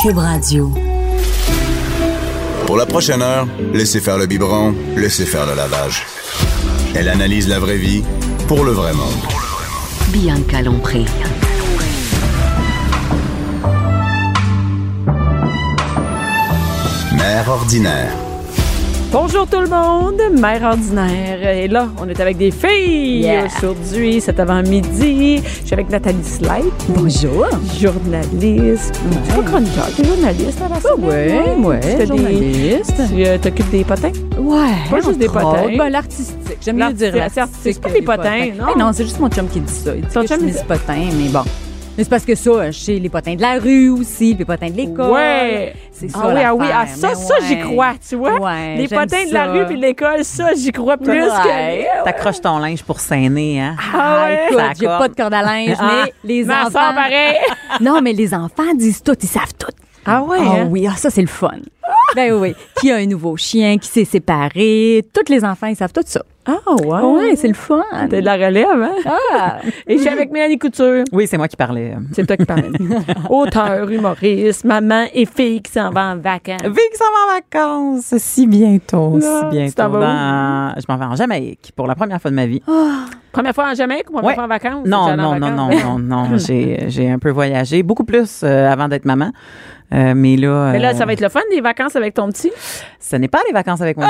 Cube Radio. Pour la prochaine heure, laissez faire le biberon, laissez faire le lavage. Elle analyse la vraie vie pour le vrai monde. Bianca Lompré. Mère ordinaire. Bonjour tout le monde, mère ordinaire. Et là, on est avec des filles aujourd'hui, cet avant-midi. Je suis avec Nathalie Slide. Bonjour. Journaliste. Tu es pas chroniqueur, tu es journaliste à la semaine, Ouais, non? ouais, Tu fais des- journaliste. Tu euh, t'occupes des potins? Ouais. Pas juste des entre potins. autres. Ben, l'artistique. J'aime mieux L'artistique, dire c'est artistique, l'artistique. pas que des les potins, non? Eh non, c'est juste mon chum qui dit ça. Il dit Ton que chum, je il suis dit- des potins, mais bon. Mais c'est parce que ça, chez les potins de la rue aussi, les potins de l'école. Ouais. C'est ça. Ah oui, ah oui, l'affaire, ah ça, mais ça, j'y ouais. crois, tu vois? Ouais, les j'aime potins de la ça. rue puis de l'école, ça, j'y crois plus Ouais. que... T'accroches ton linge pour saigner, hein? Ah ouais? Écoute, Ça j'ai accorde. pas de corde à linge, Ah, mais les ma enfants. soeur, pareil. non, mais les enfants disent tout, ils savent tout. Ah ouais, Ah hein? oui, ah, ça, c'est le fun. Ben oui, qui a un nouveau chien, qui s'est séparé. Tous les enfants, ils savent tout ça. Ah ouais. Ouais, c'est le fun. T'as de la relève, hein? Ah. Et je suis avec Mélanie Couture. Oui, c'est moi qui parlais. C'est toi qui parles. Auteur, humoriste, maman et fille qui s'en va en vacances. Vic s'en va en vacances si bientôt, Ah, si bientôt. tu t'en vas où? Dans- Je m'en vais en Jamaïque pour la première fois de ma vie. Première fois en Jamaïque ou première Ouais. fois en vacances? T'es non, allée en non, non, non, vacances? non, non, J'ai j'ai un peu voyagé, beaucoup plus euh, avant d'être maman. Euh, mais là, Mais là, euh, ça va être le fun, des vacances avec ton petit. Oh! ce n'est pas les vacances avec mon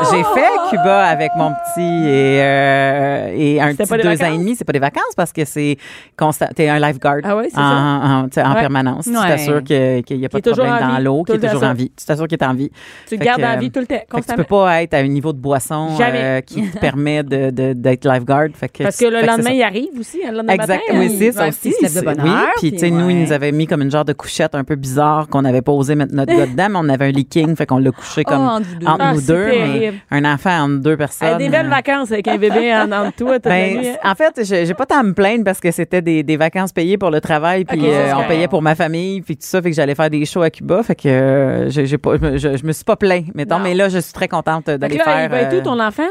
petit. J'ai fait Cuba avec mon petit et, euh, et un C'était petit pas des deux ans vacances? et demi. C'est pas des vacances parce que c'est constant. T'es un lifeguard Ah ouais, c'est en, ça. en- tu sais, en Ouais. permanence. Tu Ouais. t'assures que- qu'il n'y a Qui pas est de toujours problème en dans vie, l'eau, tout qu'il le est toujours temps. en vie. Tu t'assures qu'il est en vie. Tu le Fait gardes que, en vie tout le temps, Fait que tu peux constamment. pas être à un niveau de boisson Jamais. euh, qui te permet de- de- d'être lifeguard. Fait que, Parce que le fait c'est lendemain, ça. il arrive aussi, hein, le lendemain Exact, matin. oui, hein. c'est Ouais, ça puis aussi. il se lève de bonne Oui, heure, puis puis tu sais, nous, ils ouais. nous avaient mis comme une genre de couchette un peu bizarre qu'on n'avait pas osé mettre notre gars dedans, mais on avait un leaking, fait qu'on l'a couché comme entre vous deux. entre Ah, nous c'est deux, terrible. mais un enfant entre deux personnes. euh, Hey, des belles vacances avec un bébé en, en toi. toute la nuit, Ben, hein. en fait, j'ai j'ai pas tant à me plaindre parce que c'était des, des vacances payées pour le travail, puis Ok, ça, euh, c'est on correct. payait pour ma famille, puis tout ça, fait que j'allais faire des shows à Cuba, fait que euh, j'ai j'ai pas, je, me- je- je me suis pas plaint, mettons, Non. mais là, je suis très contente Fait que d'aller là, faire. il va être euh, où ton enfant?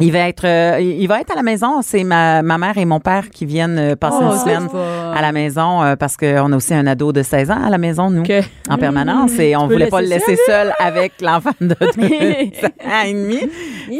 il va être, euh, il va être à la maison. C'est ma, ma mère et mon père qui viennent euh, passer Oh, une semaine à la maison euh, parce qu'on a aussi un ado de 16 ans à la maison, nous, Ok. Mmh. en permanence. Et on peux voulait pas le laisser laisser seul avec l'enfant de 2 ans et demi.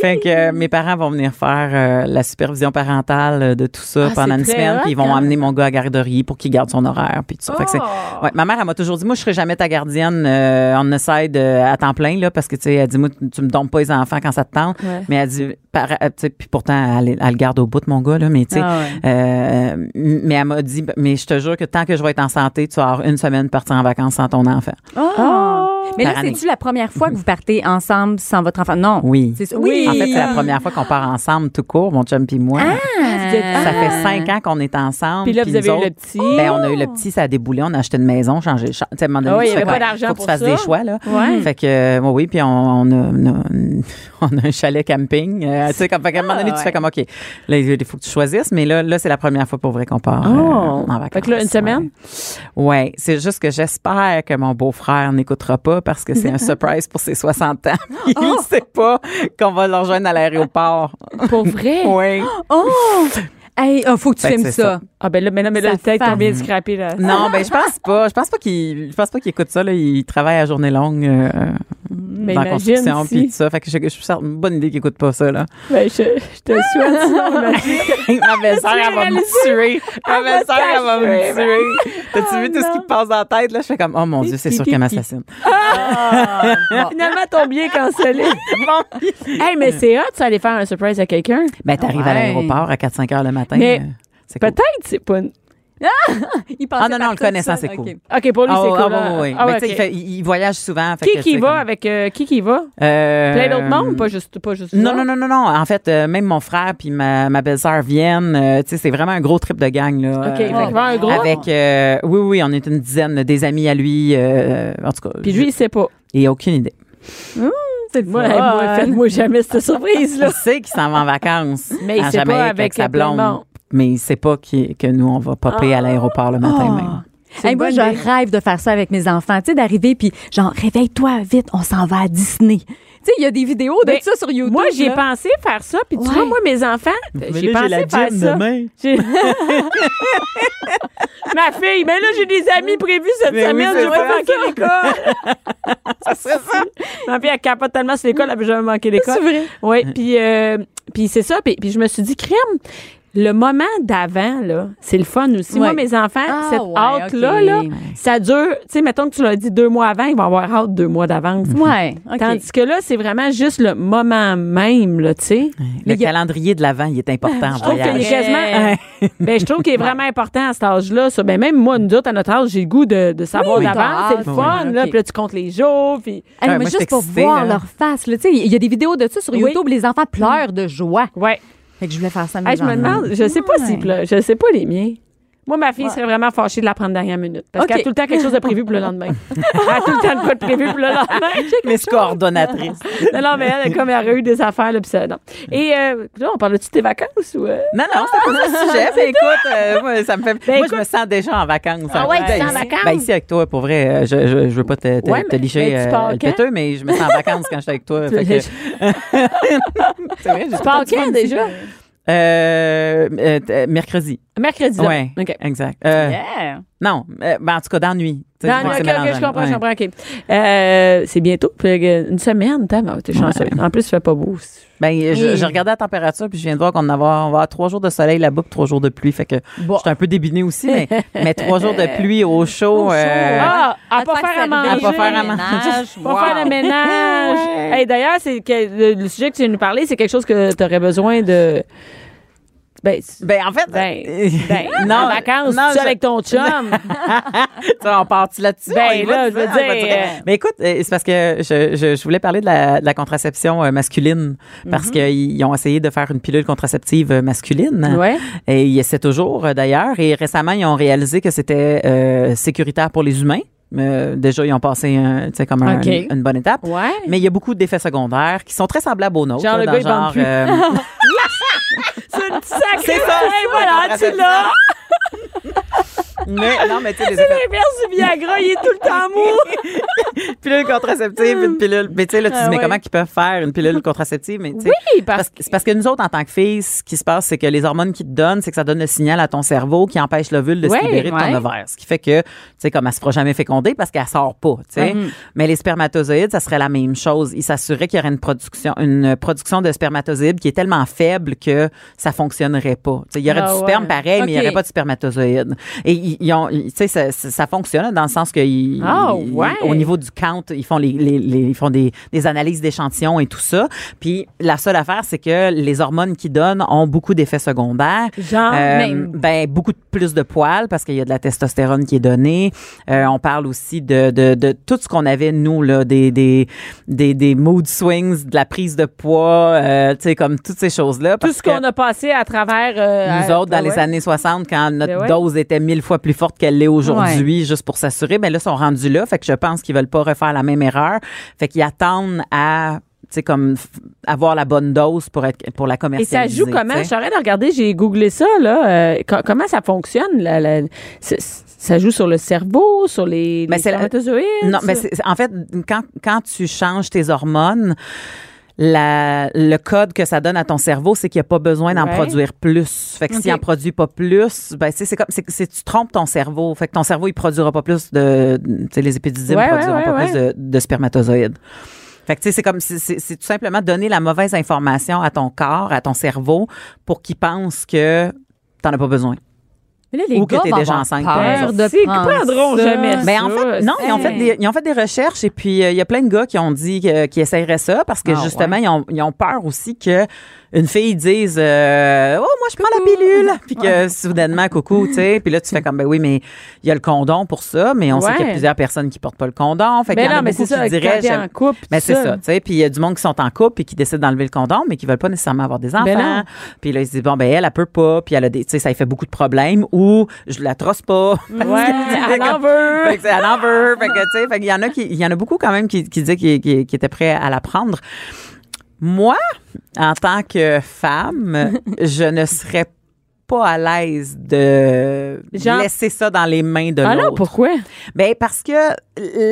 Fait que euh, mes parents vont venir faire euh, la supervision parentale euh, de tout ça Ah, pendant c'est une très semaine. hot, Puis ils vont hein? amener mon gars à la garderie pour qu'il garde son horaire. Puis tout ça. Fait que c'est- Oh. Ah. ouais, ma mère, elle m'a toujours dit, moi, je serai jamais ta gardienne euh, on the side euh, à temps plein, là, parce que, tu sais, elle dit, moi, tu- tu me donnes pas les enfants quand ça te tente. Ouais. Mais elle dit, par- euh, tu sais, puis pourtant, elle, elle le garde au bout de mon gars, là, mais tu sais. Ah ouais. euh, m- mais elle m'a dit, mais je te jure que tant que je vais être en santé, tu vas avoir une semaine de partir en vacances sans ton enfant. Ah. Mais là, Ah. Par année. c'est-tu la première fois que vous partez ensemble sans votre enfant? Non. Oui. C'est ça. Ah, Oui. Oui. En fait, c'est la première fois qu'on part ensemble tout court, mon chum puis moi. Ah. Ça fait cinq ans qu'on est ensemble. Puis là, vous nous avez eu le autres, petit. Ben, on a eu le petit, ça a déboulé, on a acheté une maison, changé de chambre. Tu sais, à un moment donné, Ah oui, tu il y fais avait pas quoi? d'argent Faut que pour tu fasses ça. des choix, là. Ouais. Fait que, euh, oui, oui, puis on, on a, on a- on a un chalet camping. euh, tu sais, comme, fait qu'à un moment donné, Ah, tu fais comme, OK, là, il faut que tu choisisses, mais là, là c'est la première fois pour vrai qu'on part euh, Oh. en vacances. Fait que là, une semaine? Ouais, Ouais. c'est juste que j'espère que mon beau-frère n'écoutera pas parce que c'est un surprise pour ses 60 ans. il Oh. ne sait pas qu'on va le rejoindre à l'aéroport. Pour vrai? oui. Oh! Hey, oh, faut que tu Fait que filmes c'est ça. Ah, ben là, mais là, mais là Ça peut-être fait- qu'on vient de scraper, là. Non, ben je pense pas. Je pense pas qu'il, je pense pas qu'il écoute ça. Là. Il travaille à journée longue euh, Mais dans la imagine construction si. puis tout ça. Fait que je, je suis certaine- une bonne idée qu'il écoute pas ça là. Ben, je, je te souhaite ça, imagine. ma belle-sœur, elle va me tuer. Ma belle-sœur, elle va me tuer. T'as-tu Oh vu tout ce qui me passe dans la tête là Je fais comme oh mon dieu, c'est sûr qu'elle m'assassine. Ah. Ah. Finalement, ton billet est cancellé. hey, mais c'est hot, ça, aller faire un surprise à quelqu'un. Ben t'arrives à Ouais. l'aéroport à 4-5 heures le matin. Mais euh, c'est cool. Peut-être, c'est pas. une- Il pensait Ah non, non, on le partir connaît, ça, seul. c'est cool. OK. OK, pour lui, Ah, c'est oui, cool. ah, hein. oui, oui. Ah, Mais ouais, tu sais, il ok. fait- il, il voyage souvent. fait Qui que qui c'est y va comme- avec... euh, qui qui y va? Euh, Plein d'autres mondes? Pas juste... Pas juste Non, là? non, non, non, non. En fait, euh, même mon frère puis ma, ma belle-sœur viennent. euh, tu sais, c'est vraiment un gros trip de gang, là. OK, euh, fait qu'il va un gros... avec, euh, oui, oui, on est une dizaine, là, des amis à lui. euh, en tout cas, Puis lui, il sait pas. il a aucune idée. C'est le Moi, fun. moi, faites-moi jamais cette surprise, Il là. sait qu'il s'en va en vacances. Mais il à sait pas Jamaïque avec sa plein de monde. blonde. Mais il sait pas qui- que nous, on va popper à l'aéroport le matin Ah. même. Hey, une moi, bonne je idée. rêve de faire ça avec mes enfants. Tu sais, d'arriver puis genre, réveille-toi vite, on s'en va à Disney. Tu sais, il y a des vidéos de Ben, ça sur YouTube. Moi, j'ai là. pensé faire ça. Puis tu Ouais. vois, moi, mes enfants, j'ai pensé faire ça. J'ai- Ma fille, mais là, j'ai des amis prévus cette Mais oui, semaine, c'est je vais ça. manquer l'école. ça serait ça. Ma fille, elle capote tellement sur l'école, elle veut jamais manquer l'école. C'est vrai. Oui, puis, euh, puis c'est ça. Puis, puis je me suis dit, crème, le moment d'avant, là, c'est le fun aussi. Moi, Ouais. mes enfants, Ah, cette ouais, hâte-là, ok. là, ça dure, tu sais, mettons que tu l'as dit deux mois avant, ils vont avoir hâte deux mois d'avance. Ouais, Mm. OK. Tandis que là, c'est vraiment juste le moment même, là, tu sais. Le calendrier de l'avant, il est important en Je trouve qu'il est voyage. quasiment. Ben, je trouve qu'il est vraiment important à cet âge-là. ça. Ben, même moi, nous autres, à notre âge, j'ai le goût de, de savoir Oui, d'avance. t'as C'est le hâte. fun, Oui, là. ok. Puis là, tu comptes les jours. Puis. Hey, Ouais, mais moi, juste j'étais pour excitée, voir là. leur face. là. Tu sais, il y a des vidéos de ça sur Oui. YouTube. Les enfants pleurent de joie. Ouais. Fait que je voulais faire ça à mes Hey, je me enfants. demande, je sais pas Ouais. si. là, Je sais pas les miens. Moi, ma fille serait vraiment fâchée de la prendre dernière minute. Parce Ok. qu'elle a tout le temps quelque chose de prévu pour le lendemain. elle a tout le temps de quoi de prévu pour le lendemain. Mais c'est coordonnatrice. Non, non, mais elle, comme elle a eu des affaires, là, puis ça. Non. Et euh, là, on parle-tu de tes vacances ou. euh? Non, non, c'est pas ça le sujet. Mais écoute, euh, moi, ça me fait. moi, je me sens déjà en vacances. Ben, Ah ouais, tu Ben, es en ici- vacances? Ben, ici, avec toi, pour vrai, euh, je, je, je veux pas te, te, Ouais, te mais- licher mais tu euh, pars le quand? péteux, mais je me sens en vacances quand je suis avec toi. fait que- c'est vrai, j'ai Tu pars quand déjà? Euh, euh, t- mercredi. Mercredi. là. Ouais, OK. exact. Euh, Yeah. Non, euh, ben, en tout cas, dans la nuit. Tu sais, Non, je non, crois ok, que c'est ok, je mélangeable. comprends, Ouais. je comprends. ok. Euh, c'est bientôt, puis, euh, une semaine, t'as, mais t'es chanceuse. En plus, il fait pas beau. Ben, je, je regardais la température, puis je viens de voir qu'on va avoir, on va avoir trois jours de soleil là-bas, puis trois jours de pluie. Fait que Bon. euh, je suis un peu débiné aussi, mais, mais trois jours de pluie au chaud. euh, ah, à te pas faire faire à servir, manger. à pas faire à manger. ménage, Pas wow. faire le ménage. Hey, D'ailleurs, c'est que le, le sujet que tu viens de nous parler, c'est quelque chose que t'aurais besoin de. Ben, c'est- Ben, en fait, ben, euh, ben, non, en vacances, non, tu je- avec ton chum. Tu vois, on part là-dessus. Ben, On y va, là, tu Ah, vois, je veux on va dire, euh, Mais écoute, euh, c'est parce que je, je, je voulais parler de la, de la contraception euh, masculine parce qu'ils ont essayé de faire une pilule contraceptive euh, masculine. Ouais. Et ils essaient toujours euh, d'ailleurs. Et récemment, ils ont réalisé que c'était euh, sécuritaire pour les humains. Euh, déjà, ils ont passé un, tu sais, comme un- OK. une, une bonne étape. Ouais. Mais il y a beaucoup d'effets secondaires qui sont très semblables aux nôtres. Genre, le là, gars, dans il bande plus. euh, C'est une sacrée. C'est ça, Hey, c'est voilà, ça, tu l'as. mais, non, mais tu sais, les effets L'inverse du Viagra, il est tout le temps mou. pilule contraceptive, une pilule. Mais tu sais, là, tu Ah dis, mais ouais. comment ils peuvent faire une pilule contraceptive? Mais, tu sais, Oui, parce parce que- c'est parce que nous autres, en tant que filles, ce qui se passe, c'est que les hormones qu'ils te donnent, c'est que ça donne le signal à ton cerveau qui empêche l'ovule de Ouais, se libérer de ton ouais. ovaire. Ce qui fait que, tu sais, comme elle se fera jamais féconder parce qu'elle sort pas, tu sais. Mhm. Mais les spermatozoïdes, ça serait la même chose. Ils s'assuraient qu'il y aurait une production, une production de spermatozoïdes qui est tellement faible que ça fonctionnerait pas. Tu sais, il y aurait Ah du ouais. sperme pareil, mais il y Ok. aurait pas de spermatozoïdes. Et ils, ils ont, ils- tu sais, ça, ça- ça fonctionne dans le sens que ils- Ah ils- ouais. au niveau du count, ils font les, les- les- ils font des, des analyses d'échantillons et tout ça. Puis la seule affaire, c'est que les hormones qu'ils donnent ont beaucoup d'effets secondaires. Genre, même. ben beaucoup de, plus de poils parce qu'il y a de la testostérone qui est donnée. Euh, on parle aussi de, de, de tout ce qu'on avait nous là, des des, des des mood swings, de la prise de poids, euh, tu sais comme toutes ces choses là. tout ce qu'on a passé à travers. euh, Nous à- autres, dans les ouais. années 60, quand notre Ben ouais. dose était mille fois plus forte qu'elle l'est aujourd'hui, juste pour s'assurer, mais là, ils sont rendus là. Fait que je pense qu'ils veulent pas refaire la même erreur. Fait qu'ils attendent à, tu sais, comme f- avoir la bonne dose pour être, pour la Et ça commercialiser. joue comment? Je tu sais. suis en train de regarder, j'ai googlé ça, là. euh, co- comment ça fonctionne? la- la- c'est- ça joue sur le cerveau, sur les, Mais les c'est la- spermatozoïdes? Non, mais sur- c'est, c'est- en fait, quand, quand tu changes tes hormones, la- le code que ça donne à ton cerveau, c'est qu'il n'y a pas besoin d'en Ouais. produire plus. Fait que s'il Ok. n'en produit pas plus, ben, tu sais, c'est comme, c'est, c'est- tu trompes ton cerveau. Fait que ton cerveau, il produira pas plus de, tu sais, les épididymes Ouais, ouais, produiront ouais, pas ouais. plus de, de spermatozoïdes. Fait que, tu sais, c'est comme, c'est, c'est- c'est tout simplement donner la mauvaise information à ton corps, à ton cerveau, pour qu'il pense que t'en as pas besoin. Mais là, les Ou que gars t'es vont déjà avoir enceinte, par peur exemple. de Ils prendre prendront ça. jamais Ben en fait, non, ils ont fait, c'est- des, ils ont fait des recherches et puis euh, il y a plein de gars qui ont dit que- qu'ils essaieraient ça parce que Ah, justement, ils, ont, ils ont peur aussi que une fille dise euh, Oh, moi, je prends la pilule. Puis que soudainement, coucou, tu sais. Puis là, tu fais comme Ben oui, mais il y a le condom pour ça, mais on sait Ouais. qu'il y a plusieurs personnes qui portent pas le condom. Fait qu'il Mais y en a Ben non, mais beaucoup c'est ça, qui diraient quand t'es en j'aime- couple. mais tout c'est seul. ça, tu sais. Puis il y a du monde qui sont en couple puis qui décident d'enlever le condom, mais qui veulent pas nécessairement avoir des enfants. Ben non. puis là, ils se disent, bon, ben elle, elle peut pas. Puis elle a des, tu sais, ça lui fait beaucoup de problèmes. Ou je la trosse pas. Ouais, à l'envers. Fait que c'est à l'envers. Fait que, tu sais, fait qu'il y en a qui, il y en a beaucoup quand même qui, qui disaient qu'ils qu'ils- qu'ils étaient prêts à la prendre. Moi, en tant que femme, je ne serais pas à l'aise de Genre- laisser ça dans les mains de Ah non, l'autre. pourquoi? Ben parce que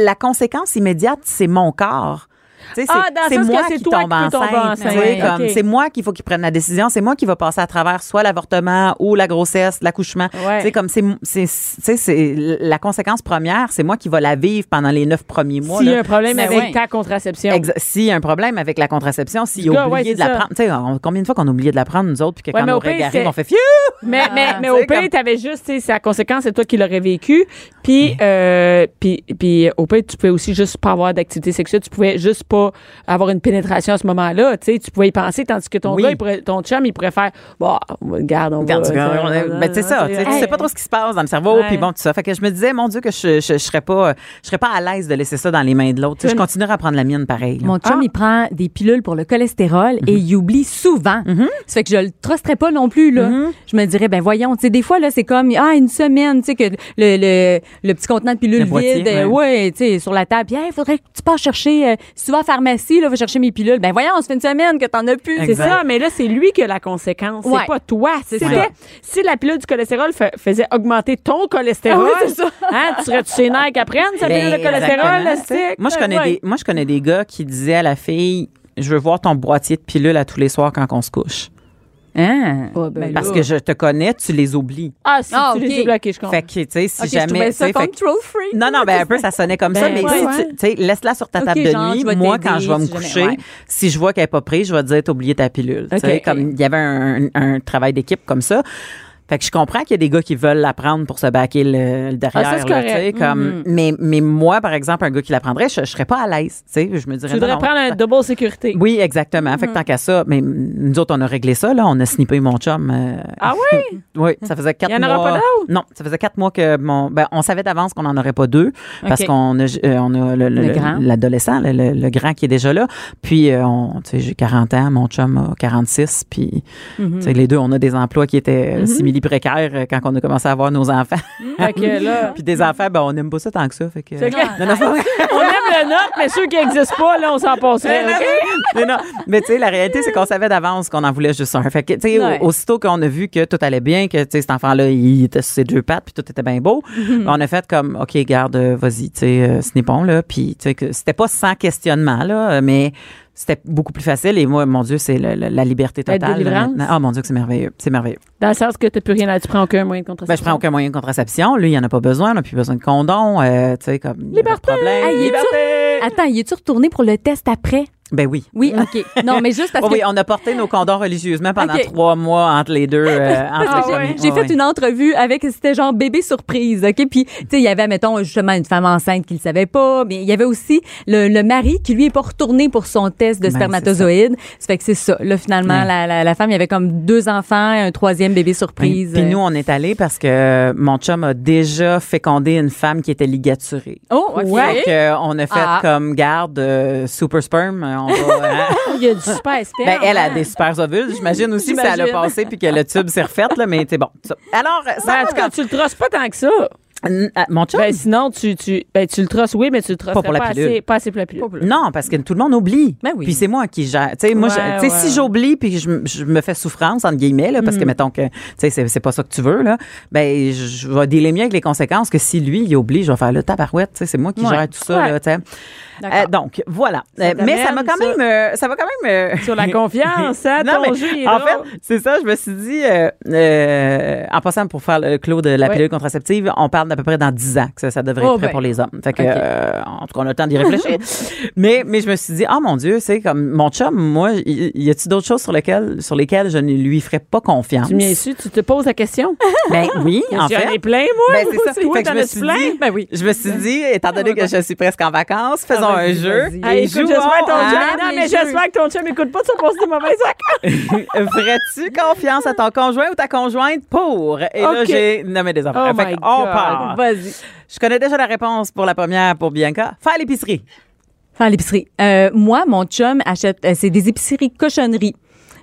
la conséquence immédiate, c'est mon corps. Tu sais, Ah, c'est- dans le c'est sens que moi c'est qui toi tombe qui peux tomber enceinte. tu sais, enceinte. comme, Ouais, ok. C'est moi qu'il faut qu'il prenne la décision. C'est moi qui va passer à travers soit l'avortement ou la grossesse, l'accouchement. Ouais. Tu sais, comme c'est, c'est, tu sais, c'est la conséquence première, c'est moi qui va la vivre pendant les neuf premiers mois. S'il y là. a un problème Mais avec ouais. ta contraception. Exa- S'il y a un problème avec la contraception, s'il Du a gars, oublié ouais, c'est de la ça. prendre, tu sais, on- combien de fois qu'on a oublié de la prendre, nous autres, puis que Ouais, quand mais nos au pire, règles c'est- arrivent, on fait fiu! Mais, Ah, mais, mais tu sais, au pire, comme- t'avais juste, tu sais, sa conséquence, c'est toi qui l'aurais vécu. Mm. Puis, euh, puis, puis au pire, tu pouvais aussi juste pas avoir d'activité sexuelle. Tu pouvais juste pas avoir une pénétration à ce moment-là. Tu sais, tu pouvais y penser, tandis que ton Oui. gars, il pourrait- ton chum, il pourrait faire, bon, regarde, on Regarde, va... tu- ben, c'est ça, tu sais, tu sais pas trop ce qui se passe dans le cerveau, Ouais. puis bon, tout ça. Fait que je me disais, mon Dieu, que je, je, je serais pas, euh, je serais pas à l'aise de laisser ça dans les mains de l'autre. Tu sais, Je continuerai à prendre la mienne pareil. là. Mon chum, il prend des pilules pour le cholestérol et il oublie souvent. Ça fait que je le trusterais pas non plus, là. Je me dirais, ben voyons, tu sais, des fois, là, c'est comme, ah, une semaine, tu sais, que le, le, le petit contenant de pilules Le vide, boîtier, euh, ouais. ouais, tu sais, sur la table. Puis, hey, faudrait que tu passes chercher, euh, si tu vas à la pharmacie, là, va chercher mes pilules. Ben voyons, ça fait une semaine que t'en as plus. C'est Exact. ça, mais là, c'est lui qui a la conséquence. Ouais. C'est pas toi. C'est C'était- ça. Si la pilule du cholestérol fa- faisait augmenter ton cholestérol, Ah oui, c'est ça. hein, tu serais-tu ses nerfs qu'à prendre, sa pilule de Ben, cholestérol? exactement, la tu sais. stick? Moi, je connais Ouais. des, moi, je connais des gars qui disaient à la fille, je veux voir ton boîtier de pilules à tous les soirs quand on se couche. Oh. Hein? Ah, ben Parce là. que je te connais, tu les oublies. Ah, si Ah, tu ok. les as bloqués, je comprends. Fait que, tu sais, si Ok, je jamais. trouvais tu sais, ça fait que- control free. Non, non, ben un peu, ça sonnait comme ça, Ben, mais ouais, tu- ouais. tu sais, laisse-la sur ta Ok, table de genre, nuit. je vais Moi, t'aider quand je vais me si jamais, coucher, ouais. si je vois qu'elle n'est pas prise, je vais te dire, t'as oublié ta pilule. Tu Ok, sais, ok. Comme il y avait un, un travail d'équipe comme ça. Fait que je comprends qu'il y a des gars qui veulent la prendre pour se baquer le, le derrière. Ah, ça, c'est là, tu correct. sais, comme, mais, mais moi, par exemple, un gars qui la prendrait, je, je serais pas à l'aise. Tu sais, je me dirais Tu voudrais non, non, prendre un Mm-hmm. t'as- double sécurité. oui, exactement. Fait que tant qu'à ça, mais nous autres, on a réglé ça, là. On a snippé mon chum. euh, Ah oui? oui, ça faisait quatre Il y en mois. aura pas d'autres? Non, ça faisait quatre mois que mon. Ben, on savait d'avance qu'on n'en aurait pas deux parce OK. qu'on a, euh, on a le, le- Le le- grand. l'adolescent, le, le- le grand qui est déjà là. Puis, euh, on- tu sais, j'ai 40 ans, mon chum a 46. Puis, Mhm. tu sais, les deux, on a des emplois qui étaient euh, simili précaires euh, quand on a commencé à avoir nos enfants. Fait que là, puis, des enfants, ben, on n'aime pas ça tant que ça. Fait que. C'est que- Non, non, c'est pas vrai. on aime le nôtre, mais ceux qui n'existent pas, là, on s'en passerait. OK? Ah mais Ben, non, mais tu sais, la réalité, c'est qu'on savait d'avance qu'on en voulait juste un. Fait que, tu sais, au- Ouais. aussitôt qu'on a vu que tout allait bien, que, tu sais, cet enfant-là, il était sur ses deux pattes, puis tout était bien beau, Mhm. on a fait comme, OK, garde, euh, vas-y, tu sais, euh, ce n'est bon, là. Puis, tu sais, que c'était pas sans questionnement, là, euh, mais c'était beaucoup plus facile. Et moi, mon Dieu, c'est le- le- la liberté La totale. là, délivrance. maintenant. Ah, mon Dieu, que c'est merveilleux. C'est merveilleux. Dans le sens que tu plus rien à... Tu prends aucun moyen de Ben, je contraception. prends aucun moyen de contraception. Lui, il n'y en a pas besoin. On n'a plus besoin de condom. euh, tu sais, comme. il y a pas de problème. Hey, il est Liberté! Attends, il est-tu retourné pour le test après? Ben oui. Oui, OK. Non, mais juste parce Oh que oui, on a porté nos condoms religieusement pendant Ok. trois mois entre les deux. euh, entre Ah les ouais. amis. J'ai Ouais, fait ouais. une entrevue avec, c'était genre bébé surprise, OK? Puis, tu sais, il y avait, mettons, justement, une femme enceinte qui le savait pas, mais il y avait aussi le, le mari qui, lui, est pas retourné pour son test de Ben, spermatozoïde. Ça fait que c'est ça. Là, finalement, Ouais. la, la, la femme, il y avait comme deux enfants et un troisième bébé Puis, surprise. puis nous, on est allés parce que mon chum a déjà fécondé une femme qui était ligaturée. Oh, OK. Fait que, euh, on a fait Ah. comme garde euh, super sperm. euh, On va, hein. Il y a du super sperme. Ben, elle a des super ovules. J'imagine aussi que ça l'a J'imagine. passé puis que le tube s'est refait, là, mais c'est bon. ça. Alors, ça, Ben, en tout cas, tu le trosses pas tant que ça. N- euh, mon chum? Ben, sinon, tu, tu, ben, tu le trosses, oui, mais tu le trosses pour la pilule. assez, pas assez pour la pilule. non, parce que tout le monde oublie. Ben oui. Puis c'est moi qui gère. Tu sais, moi, je- Ouais, tu ouais. sais, Mm. si j'oublie puis que je, m- je me fais souffrance, entre guillemets, là, parce que mettons que, tu sais, c'est, c'est pas ça que tu veux, là, ben, je, je vais dealer mieux avec les conséquences que si lui, il oublie, je vais faire le tabarouette. Tu sais, c'est moi qui Ouais. gère tout ça, Ouais. là, tu sais. D'accord. Euh, donc, voilà. Euh, t'amène, mais ça m'a quand ça. même. euh, ça va quand même. euh, Sur la confiance, hein, Non, ton mais jeu, il est en drôle. fait, c'est ça, je me suis dit, euh, euh, en passant pour faire le clos de la Ouais. pilule contraceptive, on parle femmes d'à peu près dans 10 ans que ça, ça devrait Oh, être prêt ben. pour les hommes. Fait que, OK. euh, en tout cas, on a le temps d'y réfléchir. mais, mais je me suis dit, ah mon Dieu, c'est comme mon chum, moi, y, y a-t-il d'autres choses sur, lesquelles, sur lesquelles je ne lui ferais pas confiance? Tu bien sûr, tu te poses la question. Ben oui, en fait. J'en ai plein, moi. Ben, c'est Moi ça. aussi. Fait Toi, que je t'en me as suis plein. dit- Ben oui. Je me suis dit, étant donné que je suis presque en vacances, faisons Ah, un vas-y, jeu. vas-y. Ah, Et écoute, jouons hein? j'espère que ton à- chum. à Non, mes mais jeux. j'espère que ton chum écoute pas, tu vas passer des mauvaises vacances. Ferais-tu confiance à ton conjoint ou ta conjointe pour? Et là, OK. j'ai nommé des enfants. Oh Fait my qu'on God. part. Vas-y. Je connais déjà la réponse pour la première pour Bianca. Faire l'épicerie. Faire l'épicerie. Euh, moi, mon chum achète, euh, c'est des épiceries cochonneries.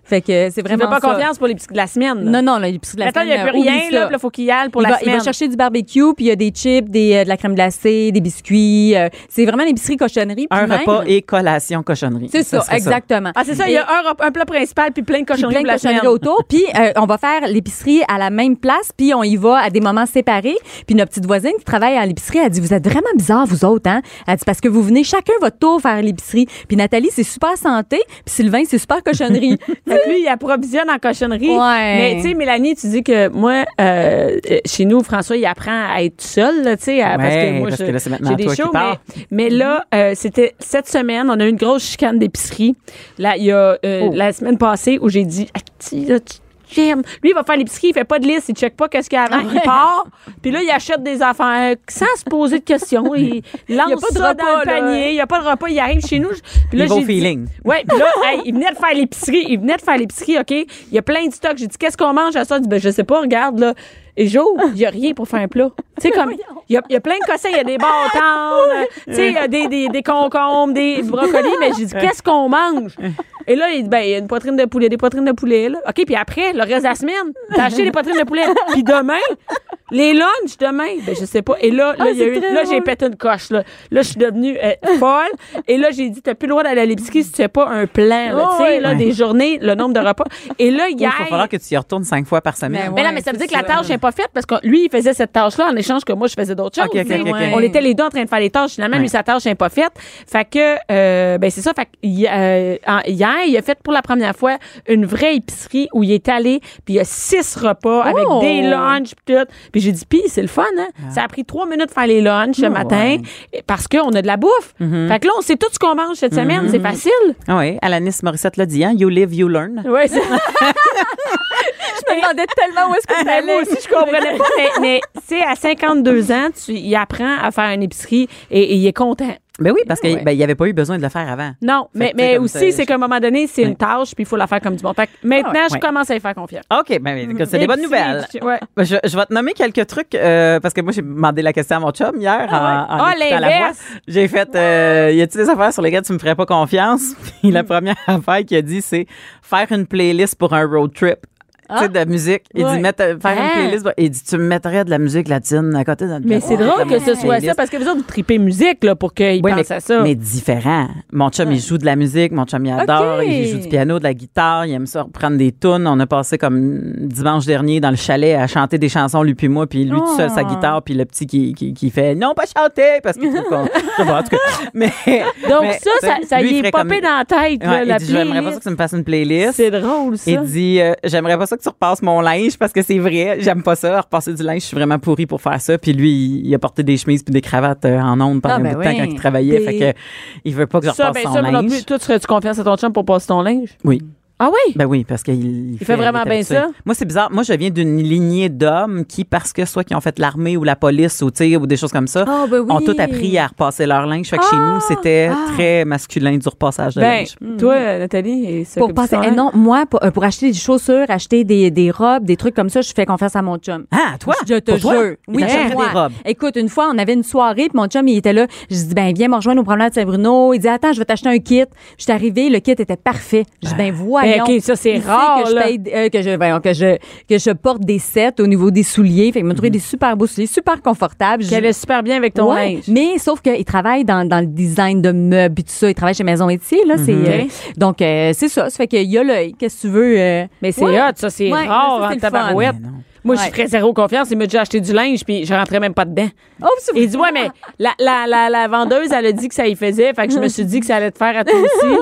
Fait que euh, c'est Tu vraiment fais pas ça. confiance pour les petits de la semaine. là. Non, non, là, l'épicerie de la Attends, il n'y a semaine, plus euh, rien, oublie là, ça. il faut qu'il y aille pour il, la va, il semaine. va chercher du barbecue, puis il y a des chips, des, euh, de la crème glacée, des biscuits. euh, c'est vraiment l'épicerie cochonnerie. puis Un même- repas et collation cochonnerie. C'est ça, serait exactement. Ah, c'est ça, il y a un, rep- un plat principal puis plein de Puis cochonneries plein pour de la cochonneries semaine. autour. Puis euh, on va faire l'épicerie à la même place, puis on y va à des moments séparés. Puis notre petite voisine qui travaille à l'épicerie, elle dit Vous êtes vraiment bizarres, vous autres, hein Elle dit Parce que vous venez chacun votre tour faire l'épicerie. Puis Nathalie, c'est super santé, puis Sylvain, c'est super cochonnerie. Fait que lui, il approvisionne en cochonnerie. Ouais. Mais tu sais, Mélanie, tu dis que moi, euh, euh, chez nous, François, il apprend à être seul, là, tu sais, à- parce que Ouais, moi, parce je- que là, c'est maintenant j'ai des toi qui shows, pars. mais, mais là, euh, c'était cette semaine, on a eu une grosse chicane d'épicerie. Là, il y a euh, Oh. la semaine passée où j'ai dit, Ah, tu- là, tu- j'aime. Lui, il va faire l'épicerie, il fait pas de liste, il check pas qu'est-ce qu'il y a Ah avant, il part, puis là, il achète des affaires sans se poser de questions. Il lance pas de ça dans repas, le là. hein. panier, il y a pas de repas, il arrive chez nous. je- puis là, Il va au j'ai dit- feeling. Ouais, puis là, hey, il venait de faire l'épicerie. Il venait de faire l'épicerie, OK? Il y a plein de stocks. J'ai dit, qu'est-ce qu'on mange à ça? Il dit, ben, je sais pas, regarde, là. Et j'ouvre, il y a rien pour faire un plat. Tu sais, comme, il y, a, il y a plein de cossins. Il y a des bâtons, euh, tu sais, il y a des, des, des concombres, des brocolis, mais j'ai dit, qu'est-ce qu'on mange? Et là, il dit, ben, il y a une poitrine de poulet, des poitrines de poulet, là. OK, puis après, le reste de la semaine, t'as acheté des poitrines de poulet. Puis demain, les lunchs demain, ben, je sais pas. Et là, là, il y a Ah, c'est eu- très là, j'ai drôle. pété une coche, là. Là, je suis devenue euh, folle. Et là, j'ai dit, t'as plus le droit d'aller à l'épicerie si tu fais pas un plan, là, Oh, tu sais, là, ouais. des journées, le nombre de repas. Et là, Il hier. va falloir que tu y retournes cinq fois par Ben semaine. ouais. Ben non, mais ça veut c'est dire que la ça. tâche n'est pas faite parce que lui, il faisait cette tâche-là en échange que moi, je faisais d'autres choses. Ok, ok, tu sais. ok, ok. On était les deux en train de faire les tâches. Finalement, lui, Ouais. sa tâche n'est pas faite. Fait que, euh, ben c'est ça. Fait que, hi- euh, en- hier, il a fait pour la première fois une vraie épicerie où il est allé, puis il y a six repas avec Oh! des lunchs, puis tout. Puis j'ai dit, pis c'est le fun, hein? Ça a pris trois minutes de faire les lunchs le matin et- parce qu'on a de la bouffe. Fait que là, on sait tout ce qu'on mange cette semaine. C'est facile. Ah oui, Alanis Morissette l'a dit, hein, You live, you learn. Ouais, c'est- je me demandais tellement où est-ce que Ben, moi aussi, je comprenais pas. Mais, mais tu sais, à 52 ans, tu il apprend à faire une épicerie et, et il est content. Ben oui, parce qu'il Ouais. ben, il n'y avait pas eu besoin de le faire avant. Non, mais, Fait que, tu sais, mais comme aussi, ça, c'est je- Ah qu'à un moment donné, c'est une tâche, puis il faut la faire comme du bon. Fait que maintenant, je ouais. commence à y faire confiance. OK, ben, écoute, c'est des bonnes Épicerie, nouvelles. je- Ouais. Je, Ben, je vais te nommer quelques trucs euh, parce que moi j'ai demandé la question à mon chum hier en, en Ah, écoutant la voix. l'inverse. J'ai fait euh, y a-t-il des affaires sur lesquelles tu me ferais pas confiance Puis Mm. la première affaire qu'il a dit c'est faire une playlist pour un road trip. Tu sais, de musique. Il Ah. Ouais. dit, mettre- faire une Hein? playlist. pour- Il dit, tu me mettrais de la musique latine à côté. dans le Mais piano, c'est dans drôle la que ce soit ça, playlist. parce que vous autres, vous tripez musique là, pour qu'il Oui, pense mais, à ça. Ah. mais différent. Mon chum, il joue de la musique, mon chum, il adore, Ok. il joue du piano, de la guitare, il aime ça reprendre des tunes. On a passé comme dimanche dernier dans le chalet à chanter des chansons, lui puis moi, puis lui tout Ah. seul, sa guitare, puis le petit qui, qui, qui fait non, pas chanter, parce qu'il trouve qu'on. je sais pas, en tout cas. Mais, Donc mais, ça, ça, ça lui, il y est ferait popé comme- dans la tête, là, Ouais, il la dit, J'aimerais pas ça playlist. que tu me fasses une playlist. C'est drôle, ça. Il dit euh, j'aimerais pas ça que tu repasses mon linge parce que c'est vrai, j'aime pas ça repasser du linge, je suis vraiment pourrie pour faire ça. Puis lui, il, il a porté des chemises puis des cravates euh, en ondes pendant Ah, ben un bout de temps oui. quand il travaillait, Des- fait que il veut pas que je Ça, repasse ben son ça, moi non linge. plus. Toi, tu serais-tu confiance à ton chum pour passer ton linge? Oui. Ah oui? Ben oui, parce qu'il fait vraiment il est bien habitué. ça? Moi, c'est bizarre. Moi, je viens d'une lignée d'hommes qui, parce que soit qui ont fait l'armée ou la police ou, tu sais, ou des choses comme ça, Ah, ben oui. Ah! ont tout appris à repasser leur linge. Fait que chez nous, c'était très masculin du repassage de Ben, linge. toi, Nathalie, c'est Pour passer, hein? eh non, moi, pour, euh, pour acheter des chaussures, acheter des, des robes, des trucs comme ça, je fais confiance à mon chum. Ah, toi? Je te Pour toi? jure. Il Oui, t'achèterait pour moi. des robes. Écoute, une fois, on avait une soirée, puis mon chum, il était là. Je dis, ben, viens me rejoindre au promenade de Saint-Bruno. Il dit, attends, je vais t'acheter un kit. Je suis arrivée, le kit était parfait. Je dis, ben, Ah. voyons. Ben, OK, ça, c'est Il sait rare, Que je, là. paye, euh, que, je, voyons, que, je, que je porte des sets au niveau des souliers. Fait qu'il m'a Mhm. trouvé des super beaux souliers, super confortables. Je- Qu'elle est super bien avec ton Ouais, linge. Mais sauf qu'il travaille dans, dans le design de meubles et tout ça. Il travaille chez Maison Etier, là. c'est, euh, donc, euh, c'est ça. Ça fait qu'il y a l'œil. Qu'est-ce que tu veux? euh, Mais c'est ouais. hot, ça, c'est Ouais, rare ça, en c'est le tabarouette. fun. Mais non. Moi, Ouais. je ferais zéro confiance. Il m'a déjà acheté du linge, puis je rentrais même pas dedans. Oh, c'est Il dit, ouais, mais la, la, la, la vendeuse, elle a dit que ça y faisait, fait que je me suis dit que ça allait te faire à toi aussi.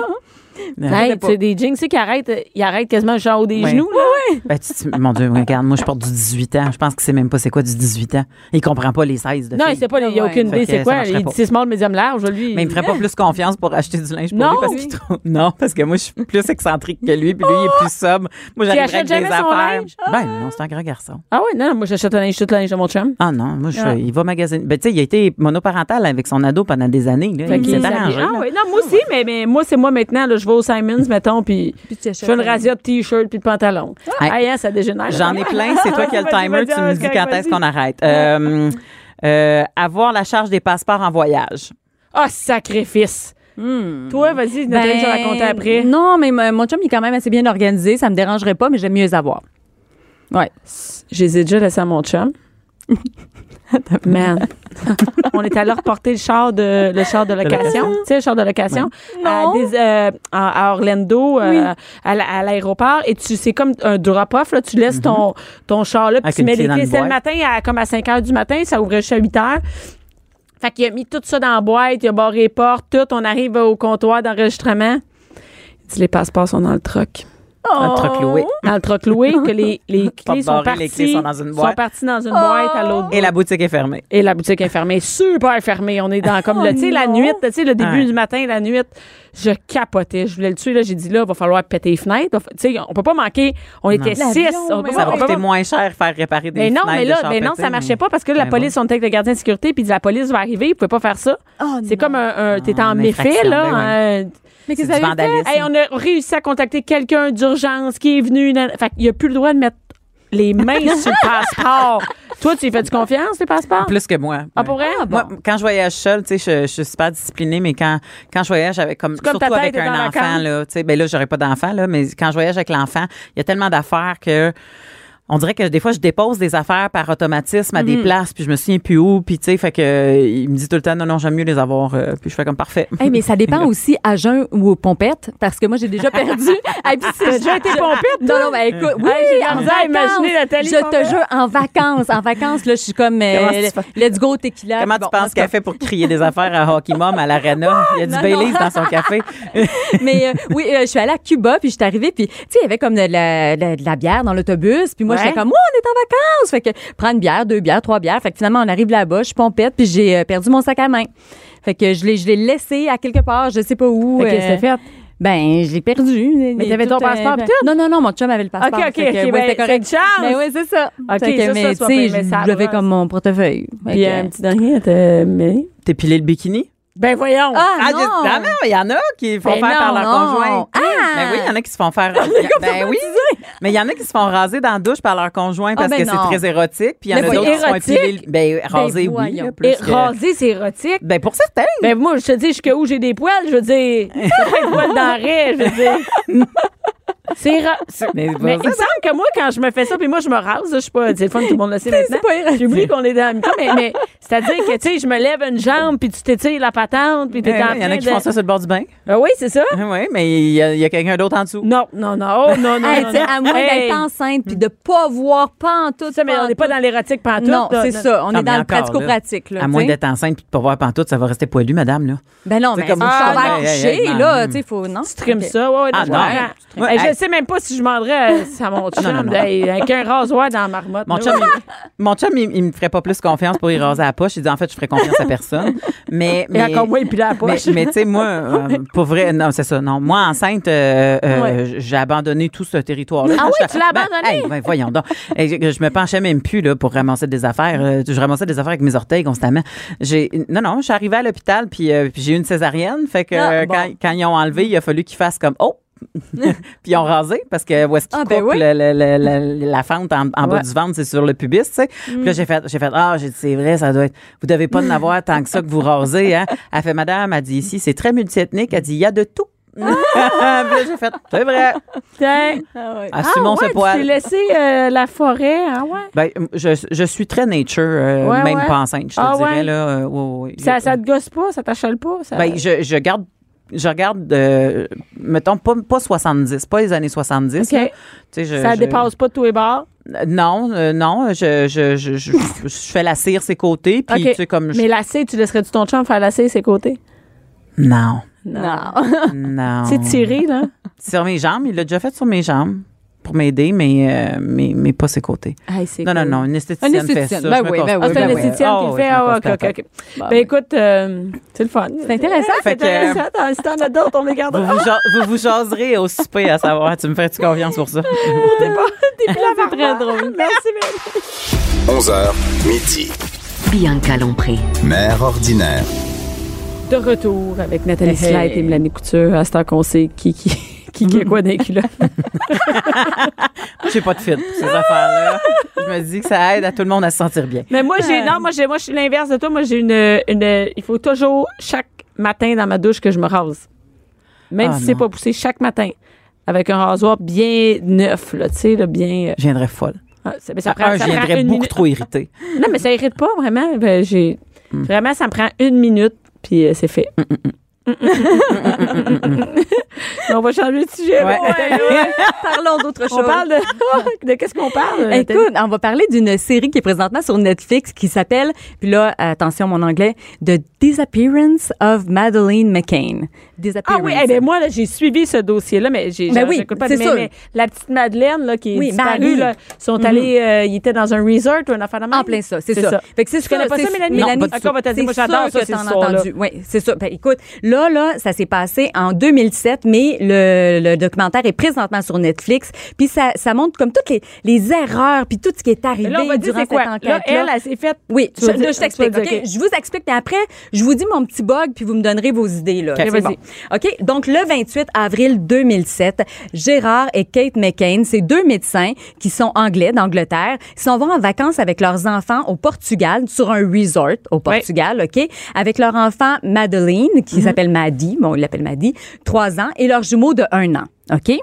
Arrête, Arrête pas. c'est des jeans, tu sais, qui arrêtent, euh, ils arrêtent quasiment le haut des Ouais. genoux, là. Ben, tu- tu- mon Dieu, regarde, moi, je porte du 18 ans. Je pense que c'est même pas c'est quoi du 18 ans. Il comprend pas les 16 de Non, il filles. sait pas, il n'y a Ouais. aucune Fait idée, que c'est ça quoi. marcherait Il pas. dit c'est small, medium, large, lui. Mais il me ferait pas plus confiance pour acheter du linge pour Non. lui parce qu'il trouve... Non, parce que moi, je suis plus excentrique que lui, puis lui, il est plus sobre. Moi, j'arriverais avec achètes des jamais son affaires. linge? Ben non, c'est un grand garçon. Ah ouais, non, moi, j'achète un linge, tout le linge de mon chum. Ah non, moi, je, Ah. il va magasiner. Ben, tu sais, il a été monoparental avec son ado pendant des années. Là. Fait Il qu'il s'est s'habille- arrangé. Ah là. ouais, non, moi aussi, mais, mais moi, c'est moi maintenant, là, je vais au Simons, mettons, puis Puis tu je achètes fais une un- razzia de t-shirt puis de pantalon. Hey. Ah, yeah, ça dégénère. J'en ai plein, c'est toi qui as le Vas-y, timer, vas-y, tu me dis vas-y, quand vas-y. est-ce qu'on arrête. Euh, euh, avoir la charge des passeports en voyage. Ah, sacrifice. Toi, vas-y, Nathalie, je vais raconter après. Hmm. Ben, Non, mais mon mon chum, il est quand même assez bien organisé. Ça me dérangerait pas, mais j'aime mieux les avoir. Ouais. Je les ai déjà laissés à mon chum. Man. on est allé reporter le char de, le char de location. Tu sais, le char de location. À, des- euh, à- à Orlando, euh, à, la- à l'aéroport. Et tu, c'est comme un drop-off, là. Tu laisses ton, ton char là, puis Mhm. Avec tu une mets clé les dans clés. une C'est le boîte. matin, à- comme à 5 heures du matin. Ça ouvrait jusqu'à 8 heures. Fait qu'il a mis tout ça dans la boîte. Il a barré les portes, tout. On arrive au comptoir d'enregistrement. Il dit, les passeports sont dans le truck Un truc loué. dans le truc loué, que les, les clés sont barrées, parties. les clés sont dans une boîte. sont parties dans une boîte à l'autre bout. Et la boutique est fermée. Et la boutique est fermée, super fermée. On est dans comme le, tu sais, la non. nuit, tu sais, le début Oh Ouais. du matin, la nuit, je capotais. Je voulais le tuer, là. J'ai dit, là, va falloir péter les fenêtres. Va fa- Tu sais, on peut pas manquer. On était L'avion, six. On mais peut oui. pas- oh on Ça va peut coûter pas- moins cher faire réparer des mais non, fenêtres mais de là, char mais non, pété, ça marchait pas parce que là, la Ben police, on était avec le gardien de sécurité, puis la police va arriver, ils pouvaient pas faire ça. C'est comme un, un- t'es Ah, en une méfait, infraction, là. ben un- Oh Mais C'est qu'est-ce du que ça avait fait? vandalisme. Hey, on a réussi à contacter quelqu'un d'urgence qui est venu. nan- Fait qu'il n'y a plus le droit de mettre les mains sur le passeport. Toi, tu y fais-tu confiance, les passeports? Plus que moi. Ah, ouais. pour vrai? Moi, quand je voyage seule, tu sais, je, je suis super disciplinée, mais quand, quand je voyage avec, comme, comme ta surtout avec tête est dans la un enfant, canne. là, tu sais, ben là, j'aurais pas d'enfant, là, mais quand je voyage avec l'enfant, il y a tellement d'affaires que, on dirait que des fois, je dépose des affaires par automatisme à Mhm. des places, puis je me souviens plus où, puis tu sais, fait que, euh, il me dit tout le temps, non, non, j'aime mieux les avoir, euh, puis je fais comme parfait. Hey, mais ça dépend aussi à jeun ou aux pompettes, parce que moi, j'ai déjà perdu. Hey, puis si T'as je- déjà été je- pompette, Non, non, ben écoute, oui, Hey, j'ai de la en misère à vacances. imaginer Nathalie Je te pompette. jure, en vacances, en vacances, là, je suis comme, Comment tu euh, let's go, tequila. Comment Bon, tu penses qu'elle fait pour crier des affaires à Hockey Mom à l'arena? Il y a du non, Baileys non. dans son café. Mais euh, oui, euh, je suis allée à Cuba, puis je suis arrivée, puis tu sais, il y avait comme de la, de la- de la bière dans l'autobus, puis moi, Ouais. j'étais comme, moi, on est en vacances! Fait que prendre une bière, deux bières, trois bières. Fait que finalement, on arrive là-bas, je suis pompette, puis j'ai euh, perdu mon sac à main. Fait que je l'ai, je l'ai laissé à quelque part, je sais pas où. Fait que c'est fait. Ben, je l'ai perdu. Mais t'avais ton euh, passeport pis Non, non, non, mon chum avait le passeport. OK, OK, Fait que, OK, ouais, ben, c'était correct. c'est une chance. Mais oui, c'est ça. OK, Fait que, ça, ça, mais, soit tu sais, pas- mais ça je l'avais avance. comme mon portefeuille. Fait Puis euh, que- un petit dernier, t'as- mais- T'es pilé le bikini? Ben voyons. Ah, Ah, non! juste- ah, non, il y en a qui font Ben faire par non, leur non. conjoint. Ah! Ben oui, il y en a qui se font faire. ben oui. Mais il y en a qui se font raser dans la douche par leur conjoint parce ben que non. c'est très érotique. Puis il y en Mais a oui, d'autres qui se font érotique? épiler. le- Ben, raser, oui. voyons. là, plus Et que- raser, c'est érotique. Ben, pour certains. Ben moi, je te dis jusqu'à où j'ai des poils, je veux dire. Ça peut être poils d'arrêt, je veux dire. C'est ra- Mais, Mais il vas-y. me semble que moi, quand je me fais ça, puis moi, je me rase, là, je suis pas. C'est le fun, tout le monde le sait maintenant. J'oublie qu'on est dans la mi-temps, mais, mais c'est-à-dire que, tu sais, je me lève une jambe, puis tu t'étires la patente, puis t'es en Ben, il y en a train qui de- font ça sur le bord du bain. Ah oui, c'est ça? Ah Oui, mais il y a, il y a quelqu'un d'autre en dessous. Non, non, non, oh, non, non. Hey, non, tu sais, non. à moins Hey, d'être enceinte puis de pas voir pas en tout. ça, mais on n'est pas dans l'érotique pantoute. Non, là, c'est ça. On Non, est dans le Ah, mais encore, là, pratico-pratique. là, à tu moins sais. d'être enceinte puis de pas voir pantoute, ça va rester poilu, madame, là. Ben non, C'est mais comme- ça Ah, va non, hey, accoucher, hey, là, man. tu sais, faut. Non. Tu trimes ça, ouais, ouais, Ah, je non. comprends. Ouais, Hey, Je hey. sais même pas si je demanderais euh, à mon non, chum non. d'aller avec un rasoir dans la marmotte. Mon là. chum, il, mon chum, il, il me ferait pas plus confiance pour y raser la poche. Il dit, en fait, je ferais confiance à personne. Mais, Et mais, encore moins, puis la poche. Mais, mais tu sais, moi, euh, pour vrai, non, c'est ça. Non, moi, enceinte, euh, euh, Ouais. j'ai abandonné tout ce territoire-là. Ah Moi, oui, je- tu l'as ben, abandonné? hey, ben, voyons donc. Et Je, je me penchais même plus là, pour ramasser des affaires. Euh, Je ramassais des affaires avec mes orteils constamment. J'ai, non, non, je suis arrivée à l'hôpital, puis, euh, puis j'ai eu une césarienne. Fait que Ah, euh, bon. quand, quand ils ont enlevé, il a fallu qu'ils fassent comme, oh! puis ils ont rasé parce que où est-ce qu'ils Ah, ben coupent oui. le- le- le- le- la fente en, en Ouais. bas du ventre, c'est sur le pubis, tu sais. Puis là, j'ai fait, j'ai fait, ah, j'ai dit, c'est vrai, ça doit être, vous devez pas en avoir tant que ça que vous rasez, hein. Elle fait, madame, elle dit, ici, c'est très multiethnique, elle dit, il y a de tout. Puis là, j'ai fait, c'est vrai, Tiens. ah, ouais, assumons ce Tu t'es poil. laissé euh, la forêt, ah ouais. Ben, je, je suis très nature, euh, Ouais, même ouais. pas enceinte, je te Ah, dirais, ouais. là. euh, ouais, ouais. Ça, ça te gosse pas, ça t'achale pas. Ça... Ben, je, je garde, je regarde, euh, mettons, pas, pas 70, pas les années 70. OK. là. Tu sais, je- ça je- dépasse pas de tous les bords. Euh, Non, euh, non, je, je, je, je, je fais la cire ses côtés, puis OK. tu sais, comme je- Mais lacet, tu laisserais-tu ton chum faire lacet ses côtés? Non. Non. Non. C'est tiré, là. Sur mes jambes, il l'a déjà fait sur mes jambes pour m'aider, mais, euh, mais, mais pas ses côtés. Non, non, non, une esthéticienne, Une esthéticienne, fait ça. ben je me oui, ben casse oui, pas. c'est un ben oui. esthéticienne Ah qui le oui, fait. je me Ah, ouais, casse ok, pas. ok, ok. Ben écoute, euh, c'est le fun. C'est intéressant. C'est Fait que- intéressant. euh, Attends, Si t'en as d'autres, on les garde. Vous vous, ja- vous vous jaserez au souper à savoir, tu me fais-tu confiance pour ça? T'es pas, t'es plus là, c'est très drôle. Merci, Mélanie. 11h, midi. Bianca Lompré. Mère ordinaire. De retour avec Nathalie Hey, hey. Slide et Mélanie Couture, à ce temps qu'on sait qui qui, qui, qui a quoi dans les culottes. J'ai pas de fil pour ces affaires-là. Je me dis que ça aide à tout le monde à se sentir bien. Mais moi, j'ai, non, moi, j'ai, moi, je suis l'inverse de toi. Moi, j'ai une, une, il faut toujours, chaque matin dans ma douche, que je me rase. Même Ah, si c'est non. pas poussé, chaque matin. Avec un rasoir bien neuf, là, tu sais, là, bien. euh, Je viendrais folle. ah, ça, mais ça Ça prend, ça je prend viendrais une beaucoup minute. trop irritée. Non, mais ça irrite pas, vraiment. Ben, j'ai, Mm. Vraiment, ça me prend une minute, puis euh, c'est fait. Mm, On va changer de sujet. Ouais. bon, ouais, ouais. Parlons d'autre On parle de, de qu'est-ce qu'on parle? Écoute, on va parler d'une série qui est présentement sur Netflix qui s'appelle, puis là, attention mon anglais, The Disappearance of Madeleine McCain. ah Disappearance. oui, eh ben moi là, j'ai suivi ce dossier-là, mais j'ai Ben j'en- oui, j'écoute pas c'est mais, sûr. mais la petite Madeleine là, qui est Oui, disparue, Marie. Mhm. là, sont allés, euh, ils étaient dans un resort ou un affaire de même. En plein ça, c'est ça. Fait que c'est Tu connais sûr, pas ça, c'est- Mélanie? Non, pas du Encore, va t'en dire, c'est moi, j'adore sûr ça, que ces t'en as histoires-là. entendu. Oui, c'est ça. Ben, écoute, là, là, ça s'est passé en 2007, mais le, le documentaire est présentement sur Netflix. Puis ça, ça montre comme toutes les, les erreurs, puis tout ce qui est arrivé Mais là, on va dire durant c'est cette quoi? enquête Là, elle, elle s'est faite. Oui, Tu je, vas dire- là, je tu vas t'explique. dire, ok? ok. Je vous explique, puis après, je vous dis mon petit bug, puis vous me donnerez vos idées. Là. Ok, C'est vas-y. OK, donc le 28 avril 2007, Gérard et Kate McCain, c'est deux médecins qui sont anglais d'Angleterre, ils s'en vont en vacances avec leurs enfants au Portugal, sur un resort au Portugal, OK, avec leur enfant Madeleine, Mhm. qui s'appelle Maddy, bon, il l'appelle Maddy, trois ans, et leur jumeau de un an, OK?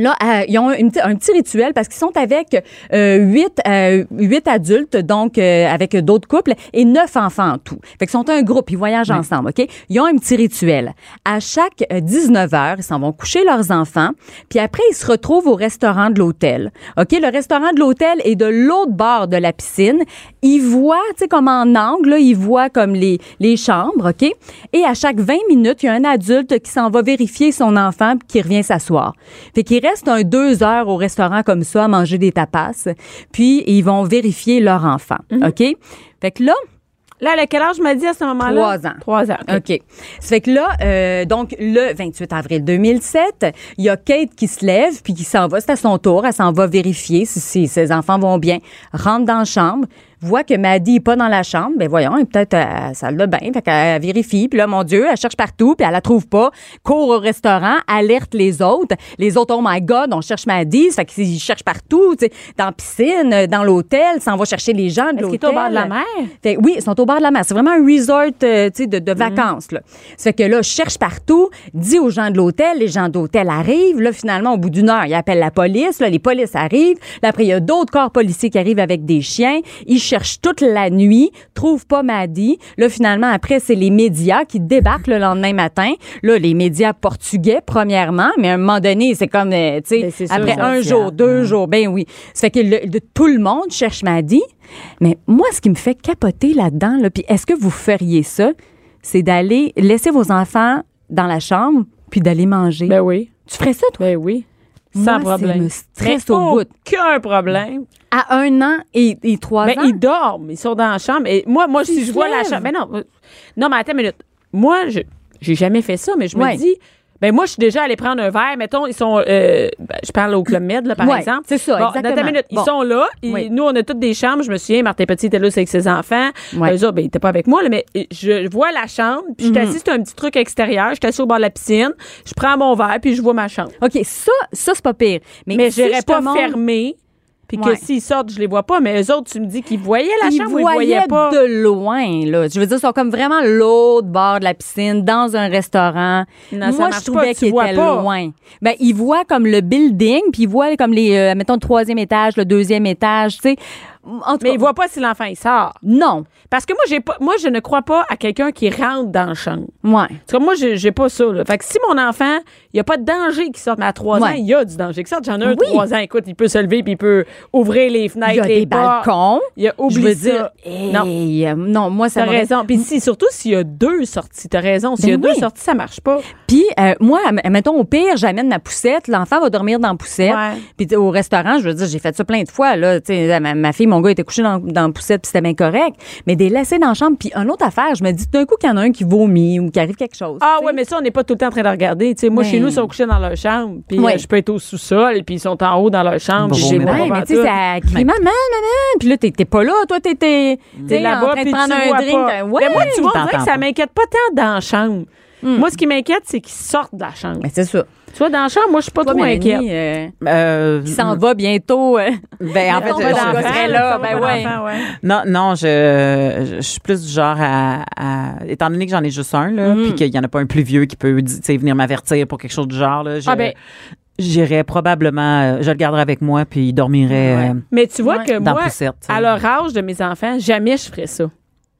Là, euh, ils ont une, un petit rituel parce qu'ils sont avec euh, huit, euh, huit adultes, donc euh, avec d'autres couples, et neuf enfants en tout. Fait qu'ils sont un groupe, ils voyagent ensemble, OK? Ils ont un petit rituel. À chaque euh, 19 heures, ils s'en vont coucher leurs enfants, puis après, ils se retrouvent au restaurant de l'hôtel. OK? Le restaurant de l'hôtel est de l'autre bord de la piscine. Ils voient, tu sais, comme en angle, là, ils voient comme les, les chambres, OK? Et à chaque 20 minutes, il y a un adulte qui s'en va vérifier son enfant puis qui revient s'asseoir. Fait qu'il reste un deux heures au restaurant comme ça à manger des tapas, puis ils vont vérifier leur enfant, OK? Fait que là, Là, elle a quel âge m'a dit à ce moment-là? Trois ans. Trois ans. ok. OK. Ça fait que là, euh, donc, le 28 avril 2007, il y a Kate qui se lève puis qui s'en va. C'est à son tour. Elle s'en va vérifier si, si ses enfants vont bien. Rentre dans la chambre, voit que Maddie n'est pas dans la chambre. Ben voyons, elle est peut-être à la salle de bain. Fait qu'elle vérifie. Puis là, mon Dieu, elle cherche partout puis elle la trouve pas. Court au restaurant, alerte les autres. Les autres, oh my God, on cherche Maddie. Ça fait qu'ils cherchent partout, tu sais, dans la piscine, dans l'hôtel, s'en va chercher les gens de Est-ce l'hôtel. qu'il est au bord de la mer? Fait- oui, ils sont au bord de la mer. C'est vraiment un resort euh, tu sais, de, de Mhm. vacances. Là. Ça fait que là, je cherche partout, dis aux gens de l'hôtel, les gens d'hôtel arrivent. Là, finalement, au bout d'une heure, ils appellent la police. Là, les polices arrivent. Là, après, il y a d'autres corps policiers qui arrivent avec des chiens. Ils cherchent toute la nuit, trouvent pas Maddy. Là, finalement, après, c'est les médias qui débarquent le lendemain matin. Là, les médias portugais, premièrement, mais à un moment donné, c'est comme, euh, tu Ben, sais, c'est sûr, après c'est un officiel. jour, deux jours, ben oui. Ça fait que le- de, tout le monde cherche Maddy. Mais moi, ce qui me fait capoter là-dedans, là, puis est-ce que vous feriez ça, c'est d'aller laisser vos enfants dans la chambre puis d'aller manger. Ben oui. tu ferais ça, toi? Ben oui. Moi, Sans ça problème. me stresse Mais au bout. Aucun problème. À un an et, et trois Ben, ans? ils dorment, ils sont dans la chambre. Et moi, moi si je se vois la lèvent. chambre. Mais non, euh, non, mais attends une minute. Moi, je j'ai jamais fait ça, mais je me Ouais. dis. Ben moi, je suis déjà allée prendre un verre. Mettons, ils sont. euh, ben, je parle au Club Med, là, par Ouais, exemple. c'est ça, Bon, exactement. attends une minute. Bon. Ils sont là. Ils- Oui. Nous, on a toutes des chambres. Je me souviens, Martin Petit était là aussi avec ses enfants. Ouais. Mhm. Eux autres, ben, ils étaient pas avec moi, là, mais je vois la chambre. Puis je suis assise sur un petit truc extérieur. Je suis assise au bord de la piscine. Je prends mon verre, puis je vois ma chambre. OK, ça, ça c'est pas pire. Mais, Mais si je n'irai je te pas montre- fermée. Puis que Ouais. s'ils sortent, je les vois pas. Mais eux autres, tu me dis qu'ils voyaient la ils chambre ou ils voyaient pas. de loin, là. Je veux dire, ils sont comme vraiment l'autre bord de la piscine, dans un restaurant. Non, ça Moi, marche je trouvais pas, tu qu'ils vois étaient pas. loin. Ben, ils voient comme le building, puis ils voient comme les, euh, mettons, le troisième étage, le deuxième étage, tu sais. en tout Mais cas, il voit pas si l'enfant il sort. Non. Parce que moi, j'ai pas, moi, je ne crois pas à quelqu'un qui rentre dans le champ. Ouais. En tout cas, moi, j'ai j'ai pas ça. Là. Fait que si mon enfant, il n'y a pas de danger qui sorte, mais à 3 ans, Ouais. il y a du danger qui sorte. J'en ai un de Oui. 3 ans. Écoute, il peut se lever puis il peut ouvrir les fenêtres, Il y a les des portes. balcons. Il y a Je oublié veux dire, Non, hey, euh, non, moi, ça t'as m'aurait- raison. Puis si, surtout s'il y a deux sorties, t'as raison. S'il y a Ben deux oui. sorties, ça marche pas. Puis, euh, moi, am- mettons, au pire, j'amène ma poussette. L'enfant va dormir dans la poussette. Ouais. Puis, tu sais, au restaurant, je veux dire, j'ai fait ça plein de fois. Là, Tu sais, ma, ma fille, mon gars était couché dans, dans la poussette, puis c'était bien correct. Mais des laissés dans la chambre, puis une autre affaire, je me dis, d'un coup, qu'il y en a un qui vomit ou qui arrive quelque chose. Ah tu sais. ouais, mais ça, on n'est pas tout le temps en train de regarder. Tu sais, moi, Ben. chez nous, ils sont couchés dans leur chambre. Puis Ouais. euh, je peux être au sous-sol, puis ils sont en haut dans leur chambre. Bon, puis je les bon, mais vois Ouais, pas mais tu sais, pantoute. ça crie maman, maman. Puis là, t'es t'es pas là. Toi, t'es t'es- t'es T'es là-bas, en train de puis prendre tu un vois drink. pas. euh, Ouais, Hmm. Mais moi, tu vois, on dirait t'entends que ça pas. m'inquiète pas tant dans la chambre. Moi, ce qui m'inquiète, c'est qu'ils sortent de la chambre. Mais c'est ça. Tu vois, dans la chambre, moi, je suis pas Toi, trop inquiète. Mélanie, euh, Euh, qui s'en va bientôt. euh, ben, en fait, Mettons, je- pas je- d'enfant. serait là, ben ouais. Non, non, je, je suis plus du genre à, à- étant donné que j'en ai juste un là, Mhm. puis qu'il y en a pas un plus vieux qui peut tu sais, venir m'avertir pour quelque chose du genre là, je- Ah ben. j'irais probablement, euh, je le garderais avec moi puis il dormirait euh, Mais tu vois que dans moi, poussette. à leur âge de mes enfants, jamais je ferais ça.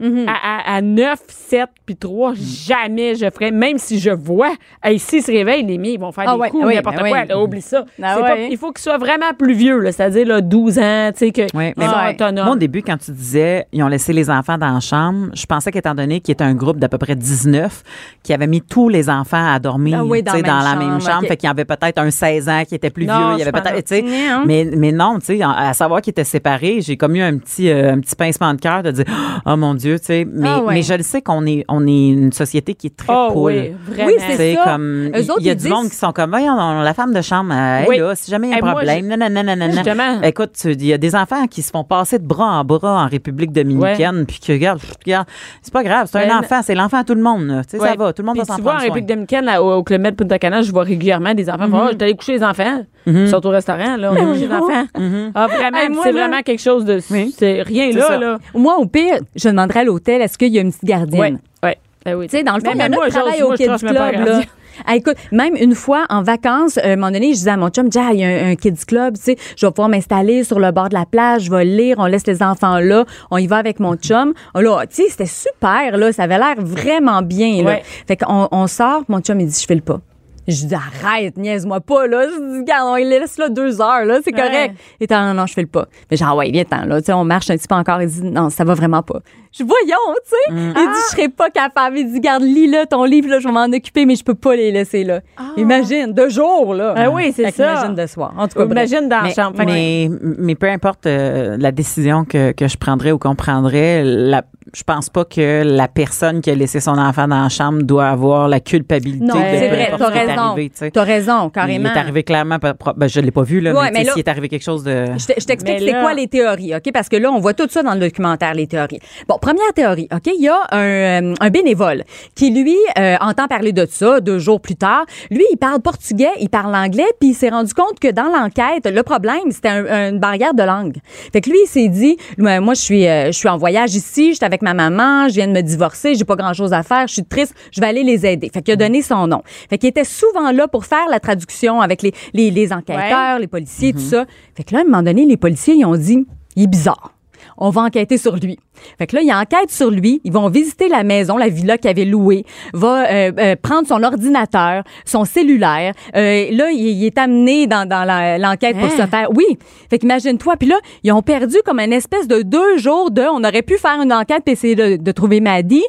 Mm-hmm. À, à- à 9, 7, puis 3, Mm. jamais je ferais, même si je vois. Hey, S'ils se réveillent, les miens, ils vont faire Ah des ouais, coups, oui, n'importe ben quoi. oui. là, oublie ça. Ah C'est pas- ouais. il faut qu'ils soient vraiment plus vieux, là, c'est-à-dire là, 12 ans, tu sais, qu'ils Ouais, mais sont moi- autonomes. Moi, au début, quand tu disais ils ont laissé les enfants dans la chambre, je pensais qu'étant donné qu'il était un groupe d'à peu près 19 qui avait mis tous les enfants à dormir Ah oui, dans tu sais, la même la même chambre, chambre, ok. fait qu'il y avait peut-être un 16 ans qui était plus Non, vieux, il y je avait pense peut-être tu sais, Hein? Non. mais mais Ah, non, tu sais en- à savoir qu'ils étaient séparés, j'ai comme eu un petit euh, un petit pincement de cœur de dire oh mon dieu, tu sais, mais Ah ouais. mais je le sais qu'on est on est une société qui est très Oh poule. oui, vraiment. Oui, Tu c'est sais, ça. comme Eux autres, il y a ils du disent- monde qui sont comme voyons non, la femme de chambre euh, elle Oui. est là si jamais il y a un Eh, moi, problème j'ai- non non non non Justement. Écoute, tu- il y a des enfants qui se font passer de bras en bras en République dominicaine, puis que, regarde, pff, regarde, c'est pas grave, c'est un Ben, enfant, c'est l'enfant à tout le monde. là. Tu sais, Ouais. ça va, tout le monde Puis va s'en Tu vois, en prendre soin. République dominicaine, là, au, au Club Med Punta Cana, je vois régulièrement des Mm-hmm. enfants. Moi, j'étais allé coucher les enfants. Ils sont au restaurant, là. On a couché les enfants. Ah, vraiment, Mm-hmm. Hey, puis moi, c'est là- vraiment quelque chose de. Oui. C'est rien C'est là, ça. là. Moi, au pire, je demanderais à l'hôtel est-ce qu'il y a une petite gardienne? Ouais. Ouais. Ben oui. Tu sais, dans le fond, Mais- il y en mais moi, a qui j'ose, travaillent moi, au je Kids trace même Club. pas la Là. radio. Ah, écoute, même une fois en vacances, euh, à un moment donné, je disais à mon chum, Jay, il y a un, un Kids Club, tu sais, je vais pouvoir m'installer sur le bord de la plage, je vais lire, on laisse les enfants là, on y va avec Mhm. mon chum. Oh là, tu sais, c'était super, là, ça avait l'air vraiment bien, là. Ouais. Fait qu'on on sort, mon chum, il dit, je fais le pas. Je dis, arrête, niaise-moi pas, là. Je dis, regarde, on les laisse là deux heures, là, c'est correct. Il était, non, non, je fais le pas. Mais genre, ouais, viens, attends, là, tu sais, on marche un petit peu encore. Il dit, non, ça va vraiment pas. Je dis, voyons, tu sais. Mm. Il dit, je serais pas capable. Il dit, garde, lis là ton livre, là, je vais m'en occuper, mais je peux pas les laisser là. Imagine, deux jours, là. Ah oui, c'est Fait ça. qu'imagine de soir. En tout cas, bref. Imagine dans la mais, chambre. Fait que- mais, mais peu importe euh, la décision que, que je prendrais ou qu'on prendrait, la, je pense pas que la personne qui a laissé son enfant dans la chambre doit avoir la culpabilité Non, de c'est peu vrai, importe t'as ce qui est raison. arrivé, tu sais. T'as raison, Il carrément. est arrivé clairement, par- pro- ben, je l'ai pas vu, là, Ouais, mais, tu mais sais, là- s'il est arrivé quelque chose de... Je te- je t'explique Mais c'est là- quoi les théories, OK? Parce que là, on voit tout ça dans le documentaire, les théories. Bon, première théorie, OK? Il y a un, euh, un bénévole qui, lui, euh, entend parler de ça deux jours plus tard. Lui, il parle portugais, il parle anglais, puis il s'est rendu compte que dans l'enquête, le problème, c'était un- une barrière de langue. Fait que lui, il s'est dit, Ben, moi, je suis, euh, je suis en voyage ici, je suis avec ma maman, je viens de me divorcer, j'ai pas grand-chose à faire, je suis triste, je vais aller les aider. Fait qu'il a donné son nom. Fait qu'il était souvent là pour faire la traduction avec les, les, les enquêteurs, enquêteurs, les policiers, Mhm. tout ça. Fait que là, à un moment donné, les policiers, ils ont dit, il est bizarre. On va enquêter sur lui. Fait que là, ils enquêtent sur lui. Ils vont visiter la maison, la villa qu'il avait louée. Va euh, euh, prendre son ordinateur, son cellulaire. Euh, là, il, il est amené dans, dans la- l'enquête pour Hein? se faire. Oui. Fait qu'imagine-toi. Puis là, ils ont perdu comme une espèce de deux jours de. On aurait pu faire une enquête et essayer de, de trouver Maddy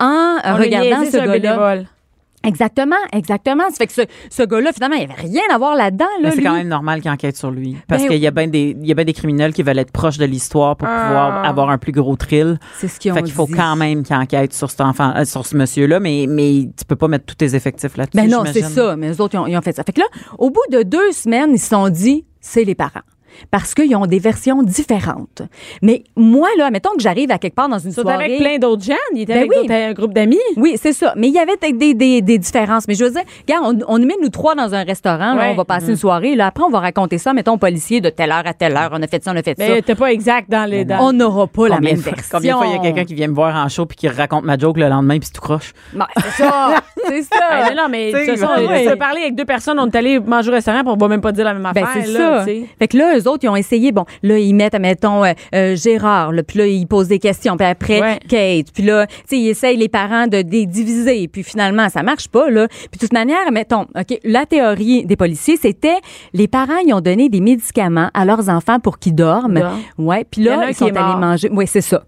en On est regardant niaisé ce sur un gars-là. bénévole. Exactement, exactement. Ça fait que ce, ce gars-là, finalement, il n'y avait rien à voir là-dedans. Là, Mais ben, c'est quand lui. même normal qu'il enquête sur lui. Parce Ben- qu'il y a bien des, il y a ben des criminels qui veulent être proches de l'histoire pour pouvoir avoir un plus gros thrill. C'est ce qu'ils Ah. ont Fait qu'il faut dit. quand même qu'il enquête sur cet enfant, euh, sur ce monsieur-là, mais, mais tu peux pas mettre tous tes effectifs là-dessus. Ben non, c'est j'imagine. ça. Mais eux autres, ils ont, ils ont fait ça. Fait que là, au bout de deux semaines, ils se sont dit, c'est les parents. Parce qu'ils ont des versions différentes. Mais moi, là, mettons que j'arrive à quelque part dans une Ils sont soirée... avec plein d'autres gens. Ils étaient Ben avec oui. d'autres- un groupe d'amis. Oui, c'est ça. Mais il y avait peut-être des, des, des différences. Mais je veux dire, regarde, on, on nous met nous trois dans un restaurant, là, Ouais. on va Mm. passer une soirée, là, après on va raconter ça, mettons, au policier de telle heure à telle heure, on a fait ça, on a fait ça. Mais Ben, t'es pas exact dans les. Dans... on n'aura pas la Combien même de fois- version. Combien de fois il y a quelqu'un qui vient me voir en show puis qui raconte ma joke le lendemain puis c'est tout croche? Ben, c'est ça, c'est Ah, ça. non, non, mais de Tu sais, toute façon, ouais. on peut parler avec deux personnes, on est allé manger au restaurant, puis on va même pas dire la même Ben, affaire. c'est là, ça. tu sais. Fait que là, eux eux autres, ils ont essayé, bon, là, ils mettent, mettons, Gérard, là, puis là, ils posent des questions, puis après, Ouais. Kate, puis là, tu sais, ils essayent les parents de les diviser, puis finalement, ça marche pas, là. Puis de toute manière, mettons, OK, la théorie des policiers, c'était les parents, ils ont donné des médicaments à leurs enfants pour qu'ils dorment. Dorment. Ouais, puis Il y en a là, un ils qui est sont allés mort. manger. Oui, c'est ça.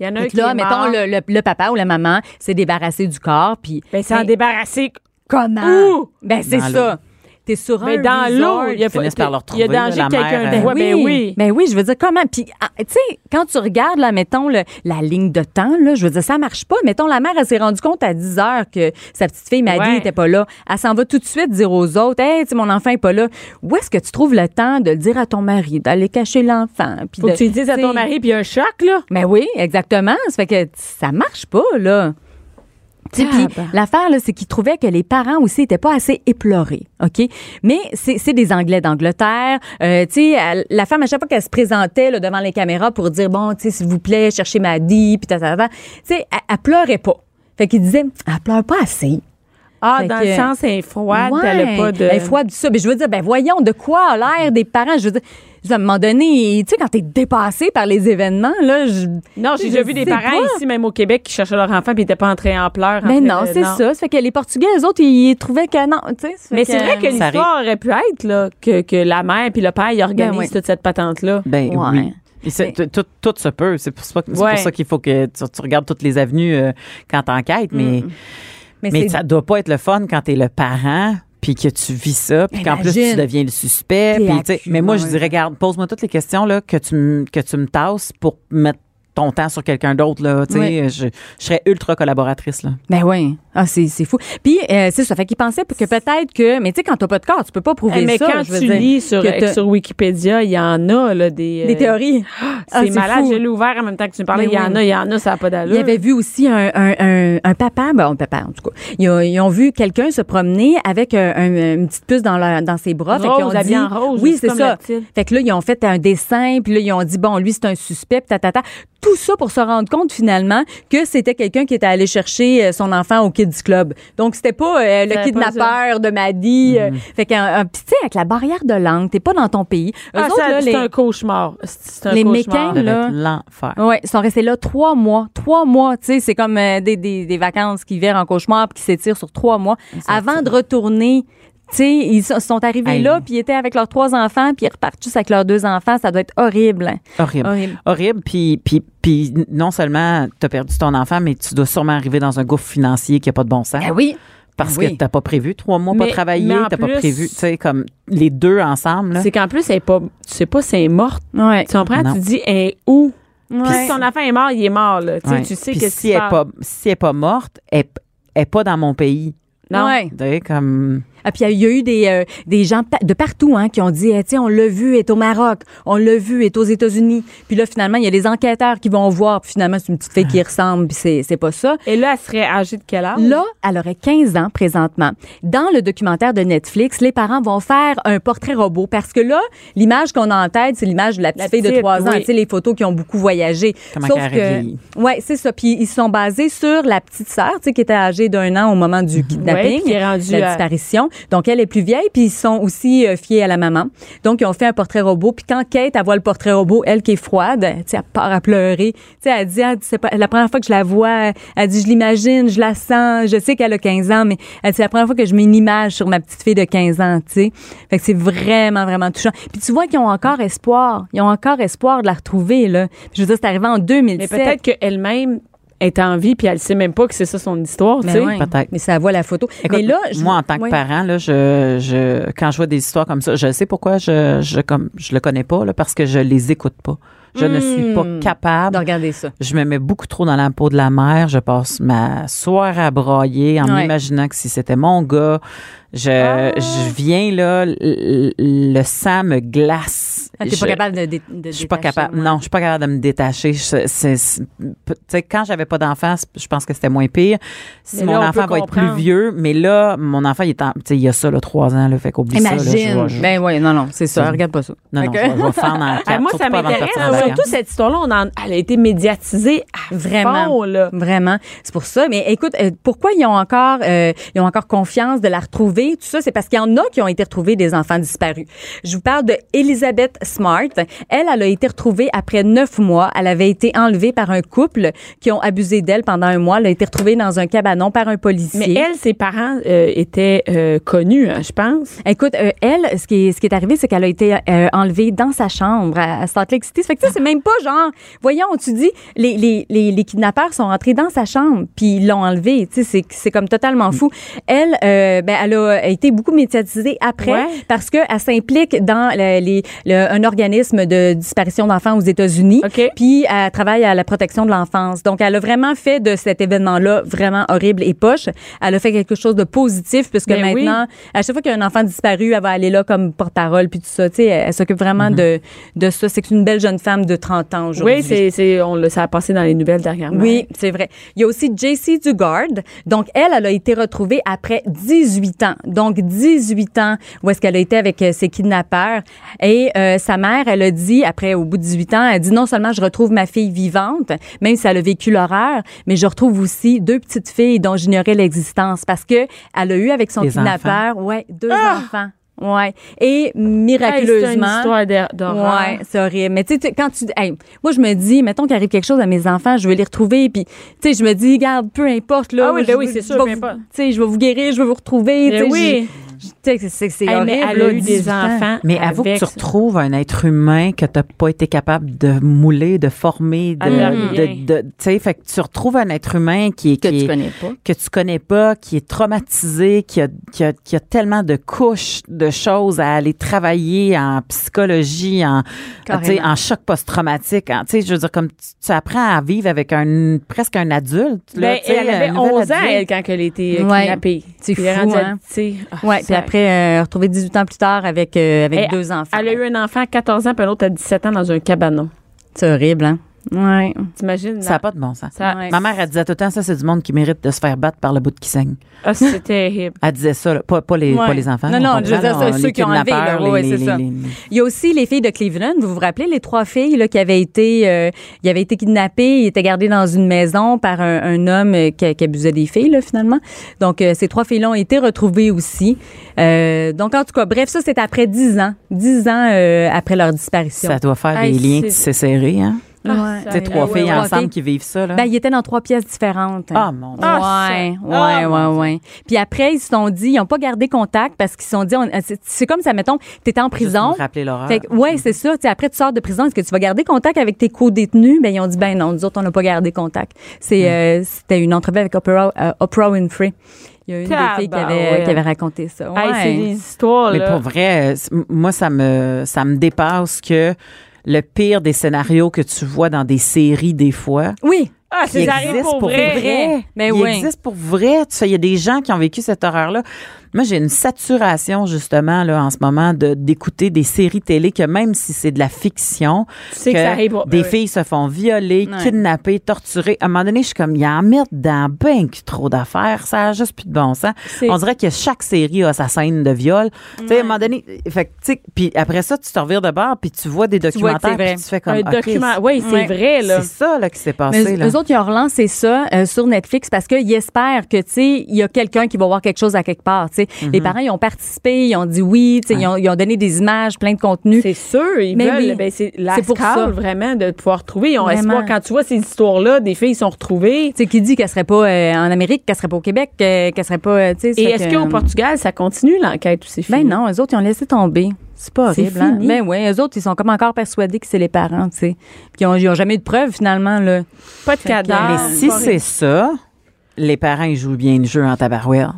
Il y en a un Donc qui là, est mettons, mort. le, le- le papa ou la maman s'est débarrassé du corps, puis... Ben, s'en Mais débarrasser. Comment? Où? Ben, c'est Dans ça. T'es sur Mais Ben, un dans l'eau, resort. il y a pas finissent par le Il y a retrouver, danger là, que la quelqu'un mère, voit. Ben oui. Ben oui, je veux dire, comment? Puis, ah, tu sais, quand tu regardes, là, mettons, le- la ligne de temps, là, je veux dire, ça marche pas. Mettons, la mère, elle s'est rendue compte à 10 heures que sa petite fille, Maggie, Ouais. n'était pas là. Elle s'en va tout de suite dire aux autres, hey, tu sais, mon enfant est pas là. Où est-ce que tu trouves le temps de le dire à ton mari, d'aller cacher l'enfant? puis Faut de- que tu le dises à ton sais. mari, puis il y a un choc, là. Ben oui, exactement. Ça fait que t- ça marche pas, là. Tu sais, puis l'affaire, là, c'est qu'ils trouvaient que les parents aussi n'étaient pas assez éplorés, OK? Mais c'est c'est des Anglais d'Angleterre. Euh, tu sais, elle- la femme, à chaque fois qu'elle se présentait là, devant les caméras pour dire, bon, tu sais, s'il vous plaît, cherchez Maddy, puis ta, ta, ta, tu sais, elle, elle pleurait pas. Fait qu'ils disaient, elle pleure pas assez. Ah, Fait dans que- le sens, elle est froide, Ouais, elle a pas de... Elle est froide, ça. Mais je veux dire, ben voyons, de quoi a l'air des parents? Je veux dire, je veux dire, à un moment donné, tu sais, quand t'es dépassé par les événements, là, je... Non, j'ai déjà vu des sais parents pas. ici, même au Québec, qui cherchaient leur enfant, puis ils n'étaient pas entrés en pleurs. en Mais train non, de- c'est ça. Ça fait que les Portugais, eux autres, ils trouvaient que non, tu sais. ça fait Mais que- c'est vrai que Ça l'histoire aurait pu être là, que, que la mère puis le père ils organisent Ben oui. toute cette patente-là. Ben Ouais. oui. Et c'est- Mais- tout, tout se peut. C'est pour, ça que- c'est Ouais. pour ça qu'il faut que tu, tu regardes toutes les avenues euh, quand t'enquêtes. Mais, mais, Mm. c'est- ça doit pas être le fun quand t'es le parent puis que tu vis ça, puis qu'en plus tu Imagine. deviens le suspect. T'es puis, tu sais, accusé, mais moi, je ouais. dis, regarde, pose-moi toutes les questions là, que, tu, me- que tu me tasses pour mettre ton temps sur quelqu'un d'autre. là. Tu sais, Ouais. Je, je serais ultra collaboratrice. Là. Ben oui. Ah, c'est c'est fou. Puis, euh, c'est ça. Fait qu'ils pensaient que peut-être que. Mais tu sais, quand t'as pas de corps, tu peux pas Ben, prouver Eh, mais ça. quand je veux tu dire, lis sur, euh, que t'as- sur Wikipédia, il y en a là, des, euh, Des théories. Ah, C'est malade, fou. je l'ai ouvert en même temps que tu me parlais. Mais Il y en oui. a, il y en a, ça n'a pas d'allure. Il y avait vu aussi un, un, un, un papa, ben, un papa en tout cas. Ils ont, ils ont vu quelqu'un se promener avec un- un- une petite puce dans, leur- dans ses bras. Rose, qu'ils ont habillé en rose, oui, c'est c'est comme la ça. petite. Fait que là, ils ont fait un dessin, puis là, ils ont dit, bon, lui, c'est un suspect, puis tatata. Tout ça pour se rendre compte finalement que c'était quelqu'un qui était allé chercher euh, son enfant au Kids Club. Donc, c'était pas euh, le C'était pas ça. kidnappeur de Maddy. euh, fait qu'un un- puis tu sais, avec la barrière de langue, t'es pas dans ton pays. Eux Ah, autres, ça, là, c'est les- un cauchemar. C'est c'est un les cauchemar. Mécains, Ça Là. Oh. va être l'enfer. Ouais, ils sont restés là trois mois. Trois mois, tu sais, c'est comme euh, des, des, des vacances qui virent en cauchemar puis qui s'étirent sur trois mois. Avant de retourner, tu sais, ils so- sont arrivés Hey. là puis ils étaient avec leurs trois enfants puis ils repartent juste avec leurs deux enfants. Ça doit être horrible. hein. Horrible. Horrible. Horrible. Puis, puis, puis non seulement tu as perdu ton enfant, mais tu dois sûrement arriver dans un gouffre financier qui n'a pas de bon sens. Ben oui. Parce oui. que t'as pas prévu trois mois Eh Mais- pas travaillé, mais en t'as pas plus- prévu, tu sais, comme les deux ensemble. Là. C'est qu'en plus, elle est pas, tu sais pas si elle est morte. Ouais. Tu comprends? Non. Tu dis, elle est où? Puis Ouais. si ton enfant est mort, il est mort. Là. Tu sais, Ouais. Tu sais Puis qu'est-ce si qui elle se est passe. pas si elle est pas morte, elle, elle est pas dans mon pays. Non. Ouais. Tu sais, comme Ah, puis il y a eu des, euh, des gens pa- de partout hein, qui ont dit, eh, tu sais, on l'a vu, est au Maroc, on l'a vu, est aux États-Unis. Puis là, finalement, il y a les enquêteurs qui vont voir. Puis finalement, c'est une petite fille qui y ressemble, puis c'est- c'est pas ça. Et là, elle serait âgée de quel âge? Là, elle aurait 15 ans présentement. Dans le documentaire de Netflix, les parents vont faire un portrait robot parce que là, l'image qu'on a en tête, c'est l'image de la petite La fille de petite, 3 ans, oui. tu sais, les photos qui ont beaucoup voyagé. Comment Sauf qu'elle que vieillit. Ouais, c'est ça. Puis ils se sont basés sur la petite sœur, tu sais qui était âgée d'un an au moment Mhm. du Ouais, kidnapping, puis qui est rendue la à- disparition. Donc elle est plus vieille puis ils sont aussi euh, fiers à la maman. Donc ils ont fait un portrait robot puis quand Kate elle voit le portrait robot, elle qui est froide, tu sais elle part à pleurer. Tu sais elle dit ah, c'est pas la première fois que je la vois, elle dit je l'imagine, je la sens, je sais qu'elle a 15 ans mais elle dit c'est la première fois que je mets une image sur ma petite fille de 15 ans, tu sais. Fait que c'est vraiment vraiment touchant. Puis tu vois qu'ils ont encore espoir, ils ont encore espoir de la retrouver là. Je veux dire c'est arrivé en 2007. Mais peut-être qu'elle-même est en vie puis elle sait même pas que c'est ça son histoire, tu Mais sais. Ben ouais. peut-être. Mais ça voit la photo. Écoute, mais là, moi, en tant que ouais. parent, là, je, je, quand je vois des histoires comme ça, je sais pourquoi je, je, comme, je le connais pas, là, parce que je les écoute pas. Je ne suis pas Hmm. capable de regarder ça. Je me mets beaucoup trop dans la peau de la mère. Je passe ma soirée à broyer en Ouais. m'imaginant que si c'était mon gars, je, Ah. je viens là, l- l- le, sang me glace. Ah, T'es je, pas capable de, dé- de je suis pas détacher, capable. ouais. Non, je suis pas capable de me détacher. Je- c'est- c'est- tu sais, quand j'avais pas d'enfant, c'est- je pense que c'était moins pire. Si Mais mon là, on enfant peut va être plus comprendre. vieux, mais là, mon enfant, il est en- tu sais, il y a ça, là, trois ans, là, fait qu'oublie ça. là, je- Imagine. je- Ben oui, non, non, c'est ça. Ça- Regarde pas ça. non, non, Fait je que- vais- je vais fendre en Ah, quatre, moi, surtout ça pas avant de m'intéresse. partir en vacances. Surtout cette histoire-là, on en- elle a été médiatisée à Vraiment. fond, là. Vraiment. C'est pour ça. Mais écoute, euh, pourquoi ils ont encore, euh, ils ont encore confiance de la retrouver? Tout ça, c'est parce qu'il y en a qui ont été retrouvés des enfants disparus. Je vous parle de Elisabeth Smart. Elle, elle a été retrouvée après neuf mois. Elle avait été enlevée par un couple qui ont abusé d'elle pendant un mois. Elle a été retrouvée dans un cabanon par un policier. Mais elle, ses parents euh, étaient euh, connus, hein, je pense. Écoute, euh, elle, ce qui est, ce qui est arrivé, c'est qu'elle a été euh, enlevée dans sa chambre à, à Salt Lake City. Ça fait que tu sais, c'est même pas genre, voyons, tu dis, les, les, les, les kidnappeurs sont entrés dans sa chambre puis ils l'ont enlevée. Tu sais, c'est, c'est comme totalement fou. Elle, euh, ben, elle a été beaucoup médiatisée après Ouais. parce que elle s'implique dans le- les, le- un organisme de disparition d'enfants aux États-Unis. OK. Puis elle travaille à la protection de l'enfance. Donc, elle a vraiment fait de cet événement-là vraiment horrible et poche. Elle a fait quelque chose de positif puisque Ben oui. maintenant, à chaque fois qu'il y a un enfant disparu, elle va aller là comme porte-parole puis tout ça. Tu sais, elle, elle s'occupe vraiment de, de ça. C'est une belle jeune femme de 30 ans Mm-hmm. aujourd'hui. Oui, c'est, c'est, on le, ça a passé dans les nouvelles dernièrement. Oui, c'est vrai. Il y a aussi JC Dugard. Donc, elle, elle a été retrouvée après 18 ans. Donc, 18 ans où est-ce qu'elle a été avec euh, ses kidnappeurs. Et euh, sa mère, elle a dit, après, au bout de 18 ans, elle a dit non seulement je retrouve ma fille vivante, même si elle a vécu l'horreur, mais je retrouve aussi deux petites filles dont j'ignorais l'existence parce que elle a eu avec son Des kidnappeur, ouais, deux enfants. Ouais. Et Ah! Hey, c'est une miraculeusement. histoire d'hor- d'horreur. Ouais, c'est horrible. Mais tu sais, tu- quand tu. hey, moi, je me dis, mettons qu'il arrive quelque chose à mes enfants, je vais les retrouver. Puis, tu sais, je me dis, regarde, peu importe, là. Ah oui, je ben oui, vous- c'est je sûr, vais peu vous- importe. Tu sais, je vais vous guérir, je vais vous retrouver. Ben tu sais, oui. je- je- Tu sais, c'est- c'est c'est Hey, horrible. mais elle a là, eu 18 des ans. enfants. Mais avoue que Ah, avec tu ça. retrouves un être humain que t'as pas été capable de mouler, de former, de, Ah, de, de- tu sais, fait que tu retrouves un être humain qui est que qui tu est- connais pas. que tu connais pas, qui est traumatisé, qui a, qui a, qui a tellement de couches de choses à aller travailler en psychologie, en, Carrément. tu sais, en choc post-traumatique. en- tu sais, je veux dire, comme tu, tu apprends à vivre avec un presque un adulte. là, Ben, tu sais, elle un avait nouvel 11 ans, adulte. elle, quand elle a été euh, Ouais. kidnappée. C'est Puis elle est fou, rendue à- hein. tu sais, ah, Ouais, puis ça- après, euh, retrouver 18 ans plus tard avec, euh, avec Et deux enfants. Elle a eu un enfant à 14 ans, puis un autre à 17 ans dans un cabanon. C'est horrible, hein? Ouais. T'imagines? Ça n'a là? pas de bon sens. Ça- Ouais. Ma mère, elle disait tout le temps, ça, c'est du monde qui mérite de se faire battre par le bout de qui saigne. Ah, c'est terrible. Elle disait ça, là. Pas, pas, les, Ouais. pas les enfants. Non, on non, comprend, je veux dire, là, c'est les ceux qui ont enlevé, là, kidnappeurs, ouais, les- c'est les- ça. les- les- Il y a aussi les filles de Cleveland. Vous vous rappelez les trois filles là, qui avaient été, euh, il avait été kidnappées, il était gardé dans une maison par un, un homme euh, qui, qui abusait des filles là, finalement. Donc euh, ces trois filles-là ont été retrouvées aussi. Euh, donc en tout cas, bref, ça c'est après dix ans, dix ans euh, après leur disparition. Ça doit faire Hey, des liens c'est- qui s'est serrés, hein? Ah, Ouais. ça C'est trois ouais, filles ouais, ensemble filles. qui vivent ça, là. Ben, ils étaient dans trois pièces différentes. ah, mon Dieu. Ah, ouais, ça. ouais, Ah, ouais, ouais. Puis après, ils se sont dit, ils n'ont pas gardé contact parce qu'ils se sont dit, on- c'est- c'est comme ça, mettons, t'étais en Juste prison, me rappeler Ah. l'horreur. Fait que, ouais, c'est ça. Tu sais, après, tu sors de prison. Est-ce que tu vas garder contact avec tes co-détenus? Ben, ils ont dit, ben non, nous autres, on n'a pas gardé contact. C'est, Hmm. euh, c'était une entrevue avec Oprah, euh, Oprah Winfrey. Il y a une des filles qui avait, Tabarouette. qui avait raconté ça. Ouais. Hey, c'est des oh, histoires, Mais là. pour vrai, euh, c- m- moi, ça me, ça me dépasse que le pire des scénarios que tu vois dans des séries, des fois, Oui. Ah, qui c'est ça arrive existe pour vrai. vrai. Mais il oui. existe pour vrai. Tu sais, il y a des gens qui ont vécu cette horreur-là. Moi, j'ai une saturation, justement, là, en ce moment, de- d'écouter des séries télé que même si c'est de la fiction, Tu sais que ça arrive pour- des ouais. filles se font violer, Ouais. kidnapper, torturer. À un moment donné, je suis comme, il y en mettent dans ben que trop d'affaires. Ça a juste plus de bon sens. C'est- On dirait que chaque série a sa scène de viol. Tu sais, à un moment donné, fait que, tu sais, puis après ça, tu te revires de bord, puis tu vois des vois que c'est documentaires, vrai. puis tu fais comme, Un OK, document. Oui, c'est Ouais. vrai, c'est là. ça là, qui s'est Mais passé. eux, là. eux autres, ils ont relancé ça euh, sur Netflix parce qu'ils espèrent que, tu sais, il y a quelqu'un qui va voir quelque chose à quelque part, tu sais. Mm-hmm. Les parents, ils ont participé, ils ont dit oui, tu sais, ils, ont, ils ont donné des images, plein de contenu. C'est sûr, ils Mais veulent. oui. ben, c'est C'est pour pour ça. ça. vraiment, de pouvoir retrouver. Ils ont Vraiment. espoir. Quand tu vois ces histoires-là, des filles sont retrouvées. Tu sais, qui dit qu'elle serait pas euh, en Amérique, qu'elle serait pas au Québec, euh, qu'elle serait pas, euh, tu sais. ça Et fait est-ce que, qu'au Portugal, ça continue l'enquête ou c'est fini? Ben non, eux autres, ils ont laissé tomber. C'est pas C'est horrible. hein. fini. Ben oui, eux autres, ils sont comme encore persuadés que c'est les parents, tu sais. Puis ils ont, ils ont jamais eu de preuves, finalement, là. Pas de cadavre. Mais si c'est ça, les parents ils jouent bien le jeu en tabarouette.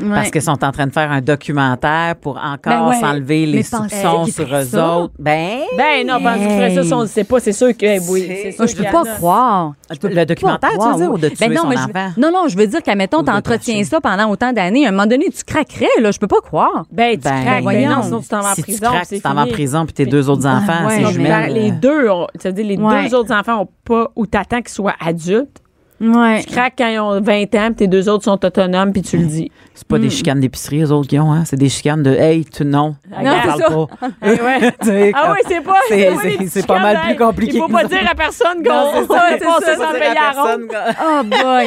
Parce Ouais. qu'ils sont en train de faire un documentaire pour Ben encore ouais. s'enlever les Mais pensez soupçons qu'ils sur feraient eux ça? autres. Ben, Ben non, parce que ferait ça, si on ne sait pas, c'est sûr que. eh, oui, C'est- c'est sûr Moi, je peux qu'il y en pas a. croire. Je peux le documentaire, pas tu croire, veux dire, oui. ou de tuer Ben non, son mais je- enfant? non, non, je veux dire qu'à, mettons, Ou de t'entretiens cracher. ça pendant autant d'années. À un moment donné, tu craquerais, là. Je peux pas croire. Ben, tu Ben, craques. Ben voyons. non, sinon tu t'en vas en si tu prison. craques, c'est tu t'en vas en fini. prison, puis tes deux autres enfants, ouais, c'est mais- Non, mais jumelles. euh, les deux, ont- ça veut dire les Ouais. deux autres enfants ont pas, ou t'attends qu'ils soient adultes. Ouais. Tu craques quand ils ont 20 ans, puis tes deux autres sont autonomes, puis tu le dis. C'est pas des chicanes d'épicerie, eux autres, qui ont, hein. C'est des chicanes de, hey, tu, non. on Non, en c'est parle pas. Eh ouais. Tu sais, Ah comme- oui, c'est pas. C'est- pas des c'est- petits c'est pas mal scandales. plus compliqué Il faut que pas ça. dire à personne Non, qu'on c'est ça, on c'est s'est ça, sans c'est payer à la ronde. personne, quoi. Oh boy.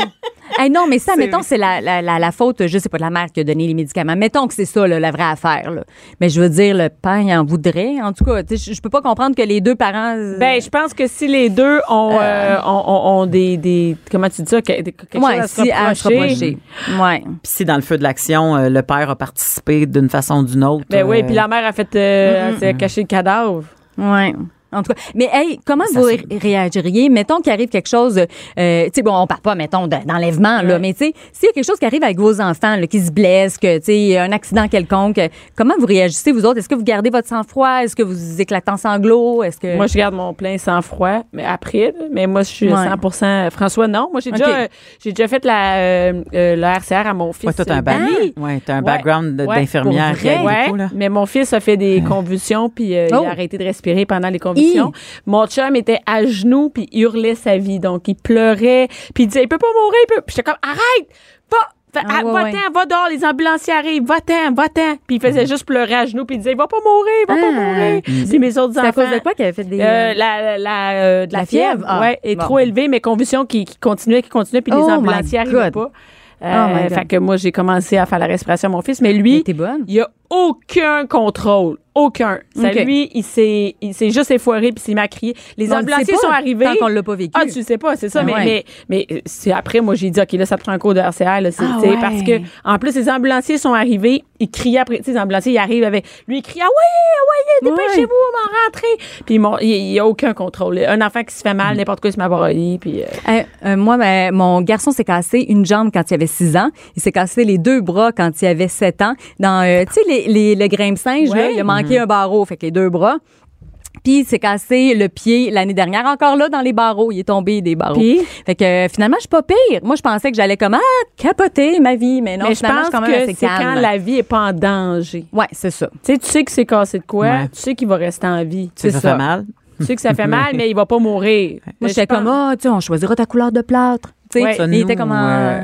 Hey, non, mais ça, mettons, c'est la, la, la, la faute, je sais pas, de la mère qui a donné les médicaments. Mettons que c'est ça, là, la vraie affaire. là. Mais je veux dire, le père, il en voudrait. En tout cas, tu sais, je je peux pas comprendre que les deux parents. euh, Ben, je pense que si les deux ont, euh, ont, ont- ont des, des- Comment tu dis ça? que- des- Quelque ouais, chose à se si, à se reprocher. reprocher. Ouais. Puis si dans le feu de l'action, euh, le père a participé d'une façon ou d'une autre. Ben oui, euh, puis la mère a fait. euh, elle s'est cachée le cadavre. Ouais. En tout cas, mais hey, comment vous ré- réagiriez? Mettons qu'il arrive quelque chose, euh, tu sais, bon, on parle pas, mettons, de- d'enlèvement, là, mais tu sais, s'il y a quelque chose qui arrive avec vos enfants, là, qui se blessent, que, tu sais, un accident quelconque, euh, comment vous réagissez, vous autres? Est-ce que vous gardez votre sang-froid? Est-ce que vous éclatez en sanglots? Est-ce que. Moi, je garde mon plein sang-froid, mais après, là, mais moi, je suis Ouais. 100 François, non. Moi, j'ai Ok. déjà, euh, j'ai déjà fait la, euh, euh, la RCR à mon fils. Ouais, toi, t'as un, euh, bac- Danny. ouais, t'as un Ouais. background de- Ouais, d'infirmière. pour vrai. euh, raide et tout, là. Ouais, mais mon fils a fait des convulsions, puis euh, Oh. il a arrêté de respirer pendant les convulsions. Mon chum était à genoux, puis il hurlait sa vie. Donc, il pleurait, puis il disait, il peut pas mourir. il peut- Puis j'étais comme, arrête! Va! Fait, Ah, ah, ouais, va-t'en, ouais. Mm-hmm. va dehors, les ambulanciers arrivent, va-t'en, va-t'en. Puis il faisait juste pleurer à genoux, puis il disait, il va pas mourir, il va pas Ah. mourir. C'est mes autres c'est enfants. à cause de quoi qu'elle a fait des. Euh, la, la, la, euh, de la, La fièvre? fièvre, Ah, ouais, est bon. trop élevée, mes convulsions qui, qui continuaient, qui continuaient, puis Oh les my ambulanciers n'arrivaient God. pas. Oh my Euh, God. fait que moi, j'ai commencé à faire la respiration à mon fils, mais Mais lui, t'es bonne? il n'y a aucun contrôle. Aucun. Ça, Ok. Lui, il s'est il s'est juste effoiré puis s'est mis à crier. Les Mais on le sait ambulanciers pas sont arrivés. Tant qu'on l'a pas vécu. Ah, tu sais pas, c'est ça. Ah mais ouais. mais, mais euh, c'est après, moi, j'ai dit, OK, là, ça te prend un cours de RCR. Là, c'est- Ah c'est ouais. Parce que, en plus, les ambulanciers sont arrivés. Ils crient après. Tu sais, les ambulanciers, ils arrivent avec. Lui, il crie, ah ouais, ah ouais, Ouais. dépêchez-vous, m'en rentrez. Puis, mon- il il y a aucun contrôle. Un enfant qui se fait Mm. mal, n'importe quoi, il se met à broyer, Puis, euh, Euh, euh, moi, ben, mon garçon s'est cassé une jambe quand il avait 6 ans. Il s'est cassé les deux bras quand il avait 7 ans. Dans, euh, tu sais, les, les, le grimpe-singe, là, Ouais. Mhm. il a manqué un barreau, fait que les deux bras. Puis il s'est cassé le pied l'année dernière, encore là, dans les barreaux. Il est tombé des barreaux. Puis? Fait que euh, finalement, je suis pas pire. Moi, je pensais que j'allais comme, ah, capoter ma vie. Mais non, mais je finalement, pense suis quand même que assez c'est calme. quand la vie est pas en danger. Ouais, c'est ça. Tu sais, tu sais que c'est cassé de quoi, Ouais. tu sais qu'il va rester en vie. Tu sais, ça fait mal. Tu sais que ça fait mal, mais il va pas mourir. Moi, Mais j'étais je pense- comme, ah, tu sais, on choisira ta couleur de plâtre. Tu sais, Ouais. Ça, il était nous, comme euh, en, euh,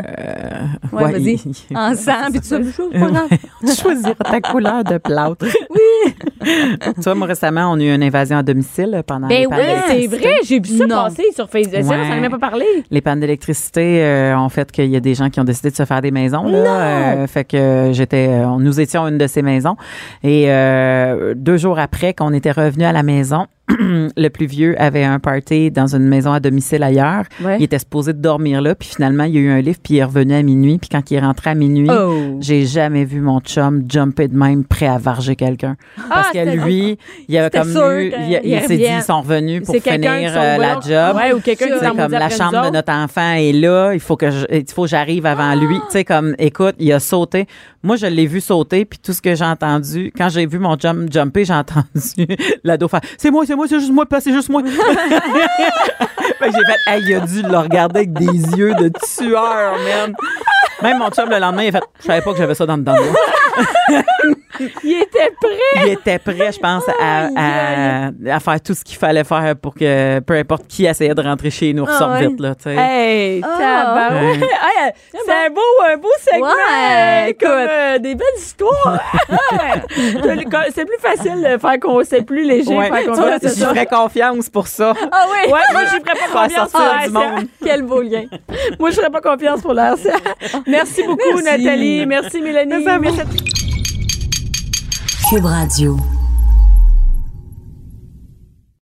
ouais, ouais, vas-y, il- il- en sang, puis tout ça. C'est pas grave. Tu choisiras ta couleur de plâtre. Oui. tu vois, moi, récemment, on a eu une invasion à domicile pendant les Ben pannes oui, c'est d'électricité. vrai, j'ai vu ça Non. passer sur Facebook. Ça, on Ouais. s'en a même pas parlé. Les pannes d'électricité euh, ont fait qu'il y a des gens qui ont décidé de se faire des maisons. Là. Euh, fait que j'étais, euh, nous étions une de ces maisons. Et euh, deux jours après qu'on était revenu à la maison, le plus vieux avait un party dans une maison à domicile ailleurs. Ouais. Il était supposé de dormir là, puis finalement, il y a eu un livre, puis il est revenu à minuit. Puis quand il est rentré à minuit, Oh. j'ai jamais vu mon chum jumper de même prêt à varger quelqu'un. Parce que lui, il avait C'était comme sûr eu, que- il, il il s'est dit, revient. ils sont revenus pour C'est quelqu'un finir qui sont euh, la voyants. job. Ouais, ou quelqu'un qui C'est s'en comme la chambre de notre enfant est là, il faut que je, il faut que j'arrive avant lui. Tu sais comme écoute, il a sauté. Moi je l'ai vu sauter puis tout ce que j'ai entendu, quand j'ai vu mon jump jumper, j'ai entendu l'ado faire c'est moi, c'est moi, c'est juste moi, c'est juste moi. Fait que j'ai fait hey, il a dû le regarder avec des yeux de tueur, man. Même mon chum le lendemain, il a fait je savais pas que j'avais ça dans le dedans de moi. Il était prêt. Il était prêt, je pense, à, à, à faire tout ce qu'il fallait faire pour que peu importe qui essayait de rentrer chez nous ressorte ouais. vite là, tu sais. Hey, tabarouette. Ouais. Hey, euh, C'est un beau, un beau segment. Ouais, euh, comme, euh, des belles histoires. Ouais. c'est plus facile de faire qu'on sait plus léger. Ouais. Faire qu'on Tu vois, fasse j'y ça. ferais confiance pour ça. Ah oui. Ouais, moi, j'y ferais pas Faire Ah, confiance pour sortir la du monde. RCA. Quel beau lien. Moi, je ferais pas confiance pour la RCA. Merci beaucoup, Nathalie. Merci, Mélanie. Merci. Cube Radio.